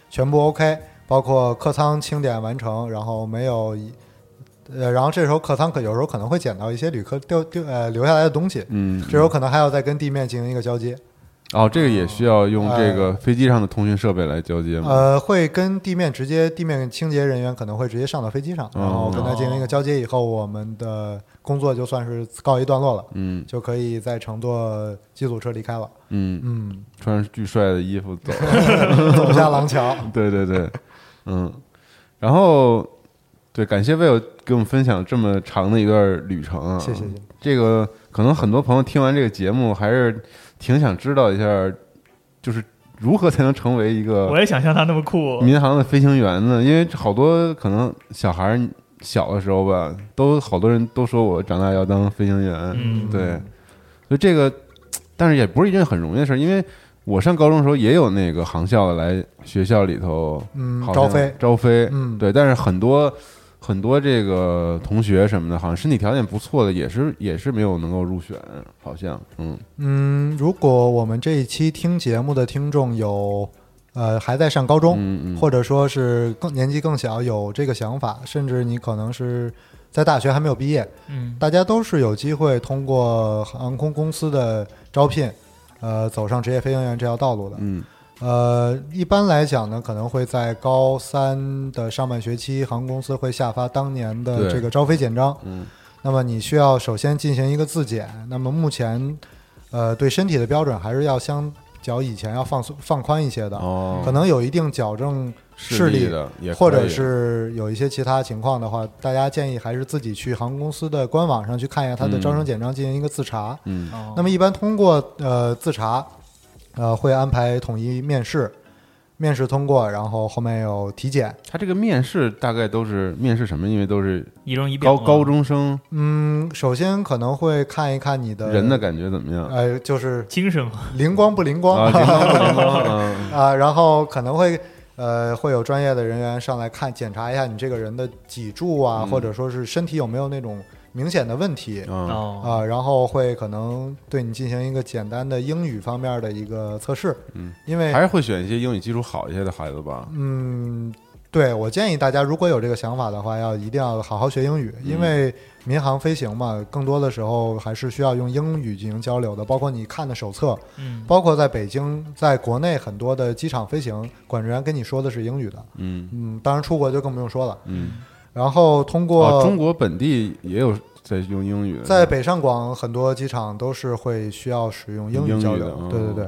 全部 OK，包括客舱清点完成，然后没有一，呃，然后这时候客舱可有时候可能会捡到一些旅客掉掉呃留下来的东西，
嗯，
这时候可能还要再跟地面进行一个交接，
哦，这个也需要用这个飞机上的通讯设备来交接吗？
哦哎呃，会跟地面直接地面清洁人员可能会直接上到飞机上，然后跟他进行一个交接以后，我们的工作就算是告一段落了，
嗯
就可以再乘坐机组车离开了，
嗯，
嗯，
穿着巨帅的衣服走， [LAUGHS]
走下廊桥。
对对对，嗯，然后对，感谢 Will 给我们分享这么长的一段旅程啊，
谢谢谢谢。
这个可能很多朋友听完这个节目，还是挺想知道一下，就是如何才能成为一
我
个
也想像他那么酷，
民航的飞行员呢？因为好多可能小孩儿小的时候吧，都好多人都说我长大要当飞行员，
嗯
对，所以这个，但是也不是一件很容易的事儿，因为我上高中的时候也有那个航校的来学校里头，
嗯
好像
招飞
招飞，
嗯
对，但是很多很多这个同学什么的，好像身体条件不错的，也是也是没有能够入选，好像，嗯，
嗯，如果我们这一期听节目的听众有呃还在上高中，
嗯嗯
或者说是更年纪更小有这个想法，甚至你可能是在大学还没有毕业，
嗯，
大家都是有机会通过航空公司的招聘，呃，走上职业飞行员这条道路的。
嗯
呃，一般来讲呢，可能会在高三的上半学期，航空公司会下发当年的
对
这个招飞简章。
嗯，
那么你需要首先进行一个自检。那么目前，呃，对身体的标准还是要相较以前要放松放宽一些的，
哦，
可能有一定矫正视力
的也
或
可
者
以
是有一些其他情况的话，大家建议还是自己去航空公司的官网上去看一下它的招生简章，进行一个自查。
嗯
哦
那么一般通过呃自查，呃会安排统一面试，面试通过，然后后面有体检。
他这个面试大概都是面试什么？因为都是
仪容仪表
高
嘛
高中生
嗯，首先可能会看一看你的
人的感觉怎么
[LAUGHS]
样？
呃，就是
精神嘛，
灵光不灵
啊，灵
光
光不灵光啊
[LAUGHS] 啊然后可能会呃会有专业的人员上来看检查一下你这个人的脊柱啊，
嗯
或者说是身体有没有那种明显的问题。
啊，
哦，
啊，然后会可能对你进行一个简单的英语方面的一个测试，
嗯，
因为
还是会选一些英语基础好一些的孩子吧。
嗯，对我建议大家，如果有这个想法的话，要一定要好好学英语，
嗯
因为民航飞行嘛，更多的时候还是需要用英语进行交流的。包括你看的手册，
嗯，
包括在北京，在国内很多的机场飞行管制员跟你说的是英语的，
嗯
嗯，当然出国就更不用说了。
嗯
然后通
哦，中
过
国本地也有在用英语的，
在北上广很多机场都是会需要使用英
英
语
语
交
的
流
哦，
对对对。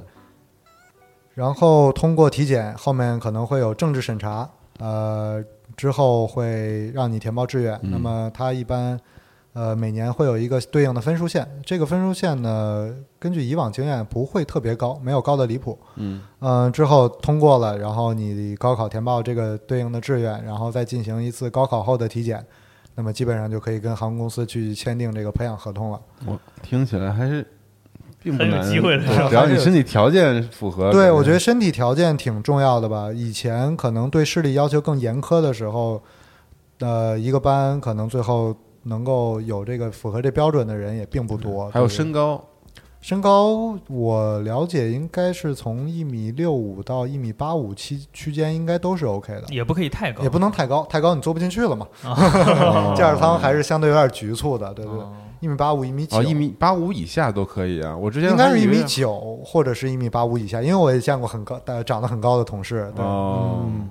然后通过体检，后面可能会有政治审查，呃，之后会让你填报志愿。
嗯
那么它一般，呃，每年会有一个对应的分数线。这个分数线呢，根据以往经验不会特别高，没有高的离谱。
嗯
嗯，之后通过了，然后你高考填报这个对应的志愿，然后再进行一次高考后的体检，那么基本上就可以跟航空公司去签订这个培养合同了。
我听起来还是并不
很有
难
机会的
对
是吧
只要
[LAUGHS] 还是
你
有
身体条件符合。
对，
可能
我觉得身体条件挺重要的吧。以前可能对视力要求更严苛的时候，呃，一个班可能最后能够有这个符合这标准的人也并不多。
还有
对
身高，
身高，我了解应该是从一米六五到一米八五七区间，应该都是 OK 的。
嗯也不可以太高，
也不能太高，太高你坐不进去了嘛。
[LAUGHS] 哦
健儿汤还是相对有点局促的，对对对
哦，
一米八五、一米九，
哦，一米八五以下都可以啊。我之前
应该
还
是
以
一
为
米九或者是一米八五以下，因为我也见过很高、呃长得很高的同事。对，
哦，
嗯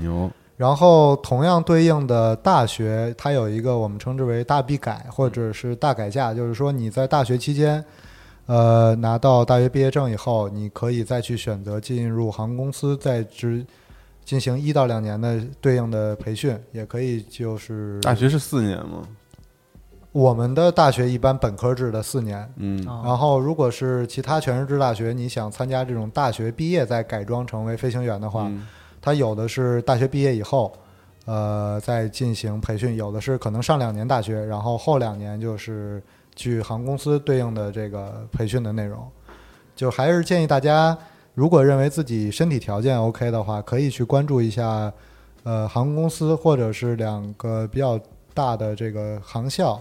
牛，
然后同样对应的大学，它有一个我们称之为大必改或者是大改价，就是说你在大学期间，呃，拿到大学毕业证以后，你可以再去选择进入航空公司，在职进行一到两年的对应的培训，也可以就是
大学是四年吗？
我们的大学一般本科制的四年，
嗯，
哦
然后如果是其他全日制大学，你想参加这种大学毕业再改装成为飞行员的话，
嗯
它有的是大学毕业以后，呃，再进行培训；有的是可能上两年大学，然后后两年就是去航空公司对应的这个培训的内容。就还是建议大家，如果认为自己身体条件 OK 的话，可以去关注一下，呃，航空公司或者是两个比较大的这个航校。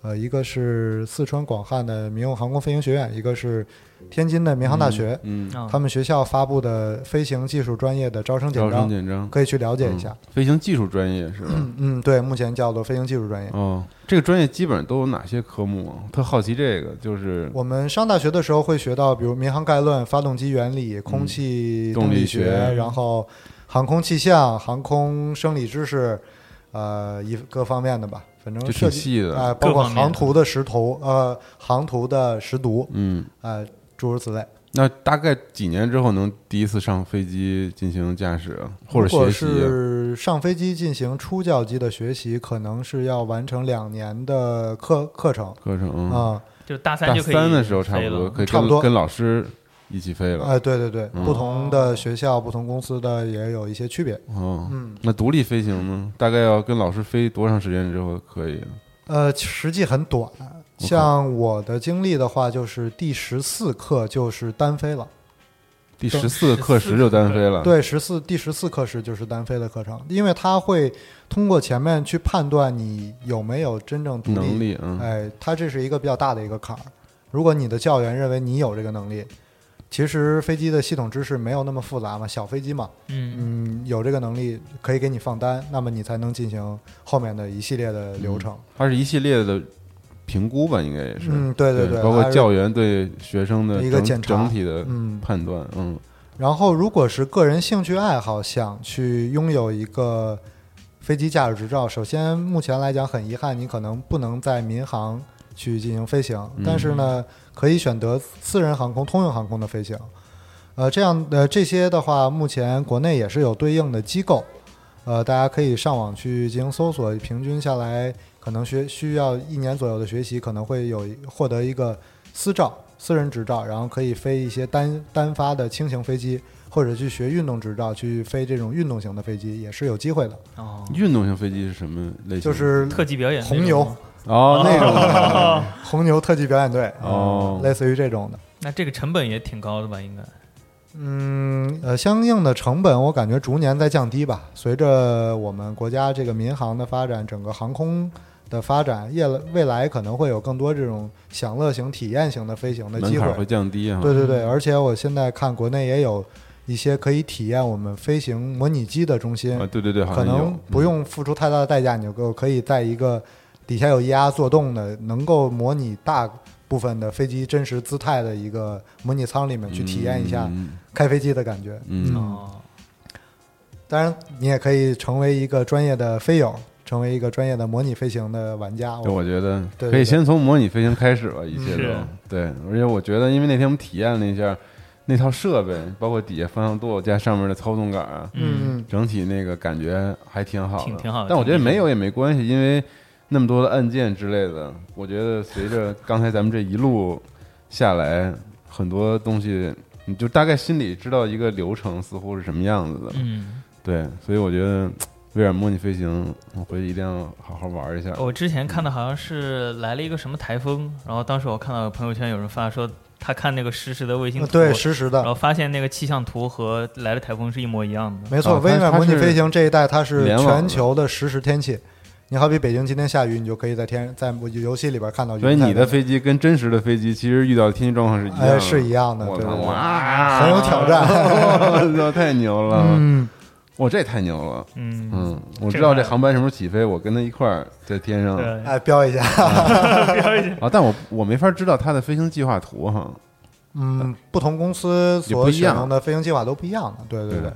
呃，一个是四川广汉的民用航空飞行学院，一个是天津的民航大学。
嗯，
啊
他们学校发布的飞行技术专业的招生简
招生
章，
简章，
可以去了解一下。
飞行技术专业是吧？
嗯嗯，对，目前叫做飞行技术专业。
哦，这个专业基本上都有哪些科目啊？我特好奇这个，就是
我们上大学的时候会学到，比如民航概论、发动机原理、空气动力
嗯动力学嗯
然后航空气象、航空生理知识，呃，一各方面的吧，反正
就
设
挺
计
细
啊、
的，
包括
各方面
航图的识图，呃，航图的识读，
嗯。
呃，诸如此类。
那大概几年之后能第一次上飞机进行驾驶啊或者
如果
学习啊？
是上飞机进行初教机的学习，可能是要完成两年的课课程
课程
啊、
嗯
就是大三
大
就可以
三的时候差
飞
不多
了
可以
差不
跟
多
跟老师一起飞了。
哎对对对，
嗯
不同的学校、不同公司的也有一些区别。
哦，
嗯，
那独立飞行呢？大概要跟老师飞多长时间之后可以啊？
呃，实际很短。像我的经历的话，就是第十四课就是单飞了。
第
对
十四课时就单飞了。，
对，十四第十四课时就是单飞的课程，因为它会通过前面去判断你有没有真正独立
能力嗯，
哎，它这是一个比较大的一个坎儿。如果你的教员认为你有这个能力，其实飞机的系统知识没有那么复杂嘛，小飞机嘛，
嗯，
嗯，有这个能力可以给你放单，那么你才能进行后面的一系列的流程。
它是一系列的评估吧，应该嗯也是。
嗯，对对
包括
它是
教员对学生的
一个
整
检查
整体的
嗯，
判断，嗯，
然后如果是个人兴趣爱好，想去拥有一个飞机驾驶执照，首先目前来讲很遗憾，你可能不能在民航去进行飞行，
嗯
但是呢，可以选择私人航空、通用航空的飞行。呃，这样呃这些的话，目前国内也是有对应的机构，呃，大家可以上网去进行搜索，平均下来可能学需要一年左右的学习，可能会有获得一个私照、私人执照，然后可以飞一些单单发的轻型飞机，或者去学运动执照，去飞这种运动型的飞机也是有机会的，
哦，
运动型飞机是什么类型？
就是啊
特技表演那种
红牛、
哦，那种
红牛特技表演队，
哦
嗯类似于这种的。
那这个成本也挺高的吧？应该
嗯，呃，相应的成本我感觉逐年在降低吧。随着我们国家这个民航的发展，整个航空的发展，夜了未来可能会有更多这种享乐型、体验型的飞行的
门
机会
槛。会降低啊。
对对对，而且我现在看国内也有一些可以体验我们飞行模拟机的中心
啊，，对对对，好
可
像有
能不用付出太大的代价，你就够可以在一个底下有液压做动的，能够模拟大部分的飞机真实姿态的一个模拟舱里面去体验一下。
嗯
开飞机的感觉。
嗯
哦，
当然，你也可以成为一个专业的飞友，成为一个专业的模拟飞行的玩家。
就我觉得
对对
可以
对
先从模拟飞行开始吧，一切
是
都对。而且我觉得，因为那天我们体验了一下那套设备，包括底下方向舵加上面的操纵杆啊，
嗯，
整体那个感觉还挺好的，
挺挺好的
但我觉得
挺
没有也没关系，因为那么多的按键之类的，我觉得随着刚才咱们这一路下来，很多东西你就大概心里知道一个流程似乎是什么样子的。
嗯，
对，所以我觉得微软模拟飞行，我回去一定要好好玩一下。
我之前看到好像是来了一个什么台风，然后当时我看到朋友圈有人发说他看那个实时的卫星图，
对，实时
然
的，
后发现那个气象图和来的台风是一模一样的。
没错。
啊它
微软模拟
它是
飞行这一代它是
联网的
全球的实时天气。你好比北京今天下雨，你就可以在天在游戏里边看到云
所以
彩
你的飞机跟真实的飞机其实遇到的天气状况是一样的，
哎是一样的，
我
对
操，
对对，
哇， [LAUGHS]
很有挑战
我操，太牛了！
嗯，
我这太牛了。
嗯，
嗯，我知
这个
道这
还
航班什么时候起飞，我跟他一块儿在天上
对， [LAUGHS]
哎，标一下，
啊，但我我没法知道他的飞行计划图哈。 [LAUGHS]
嗯，不同公司
也不
所
一样
选用的飞行计划都不一样的，对对对，，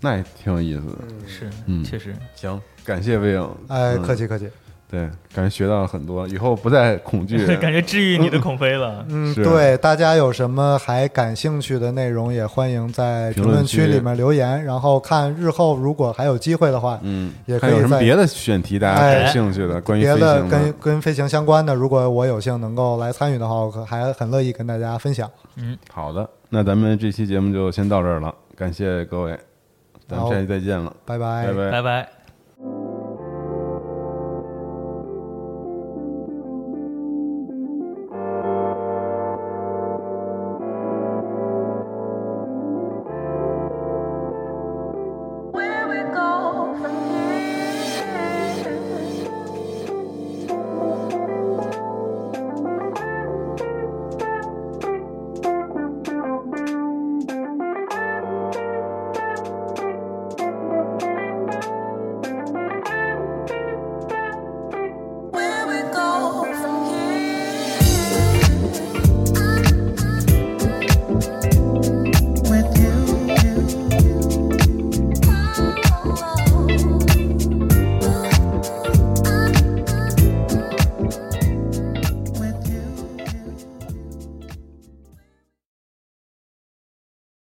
那也挺有意思的。
是，
嗯
确实，
行，感谢魏影，
哎，
嗯
客气客气，
对，感觉学到了很多，以后不再恐惧。
[LAUGHS] 感觉治愈你的恐飞了。
嗯，
是
对，大家有什么还感兴趣的内容，也欢迎在
评
评
论
论
区
区里面留言，然后看日后如果还有机会的话，
嗯，
也
还
可以
有什么
在
别的选题大家
哎
感兴趣的？关于
别
飞
的
行
跟跟飞行相关的，如果我有幸能够来参与的话，我可还很乐意跟大家分享。
好的，那咱们这期节目就先到这儿了，感谢各位，咱们
好哎
下期再见了，
拜拜
拜。
拜拜。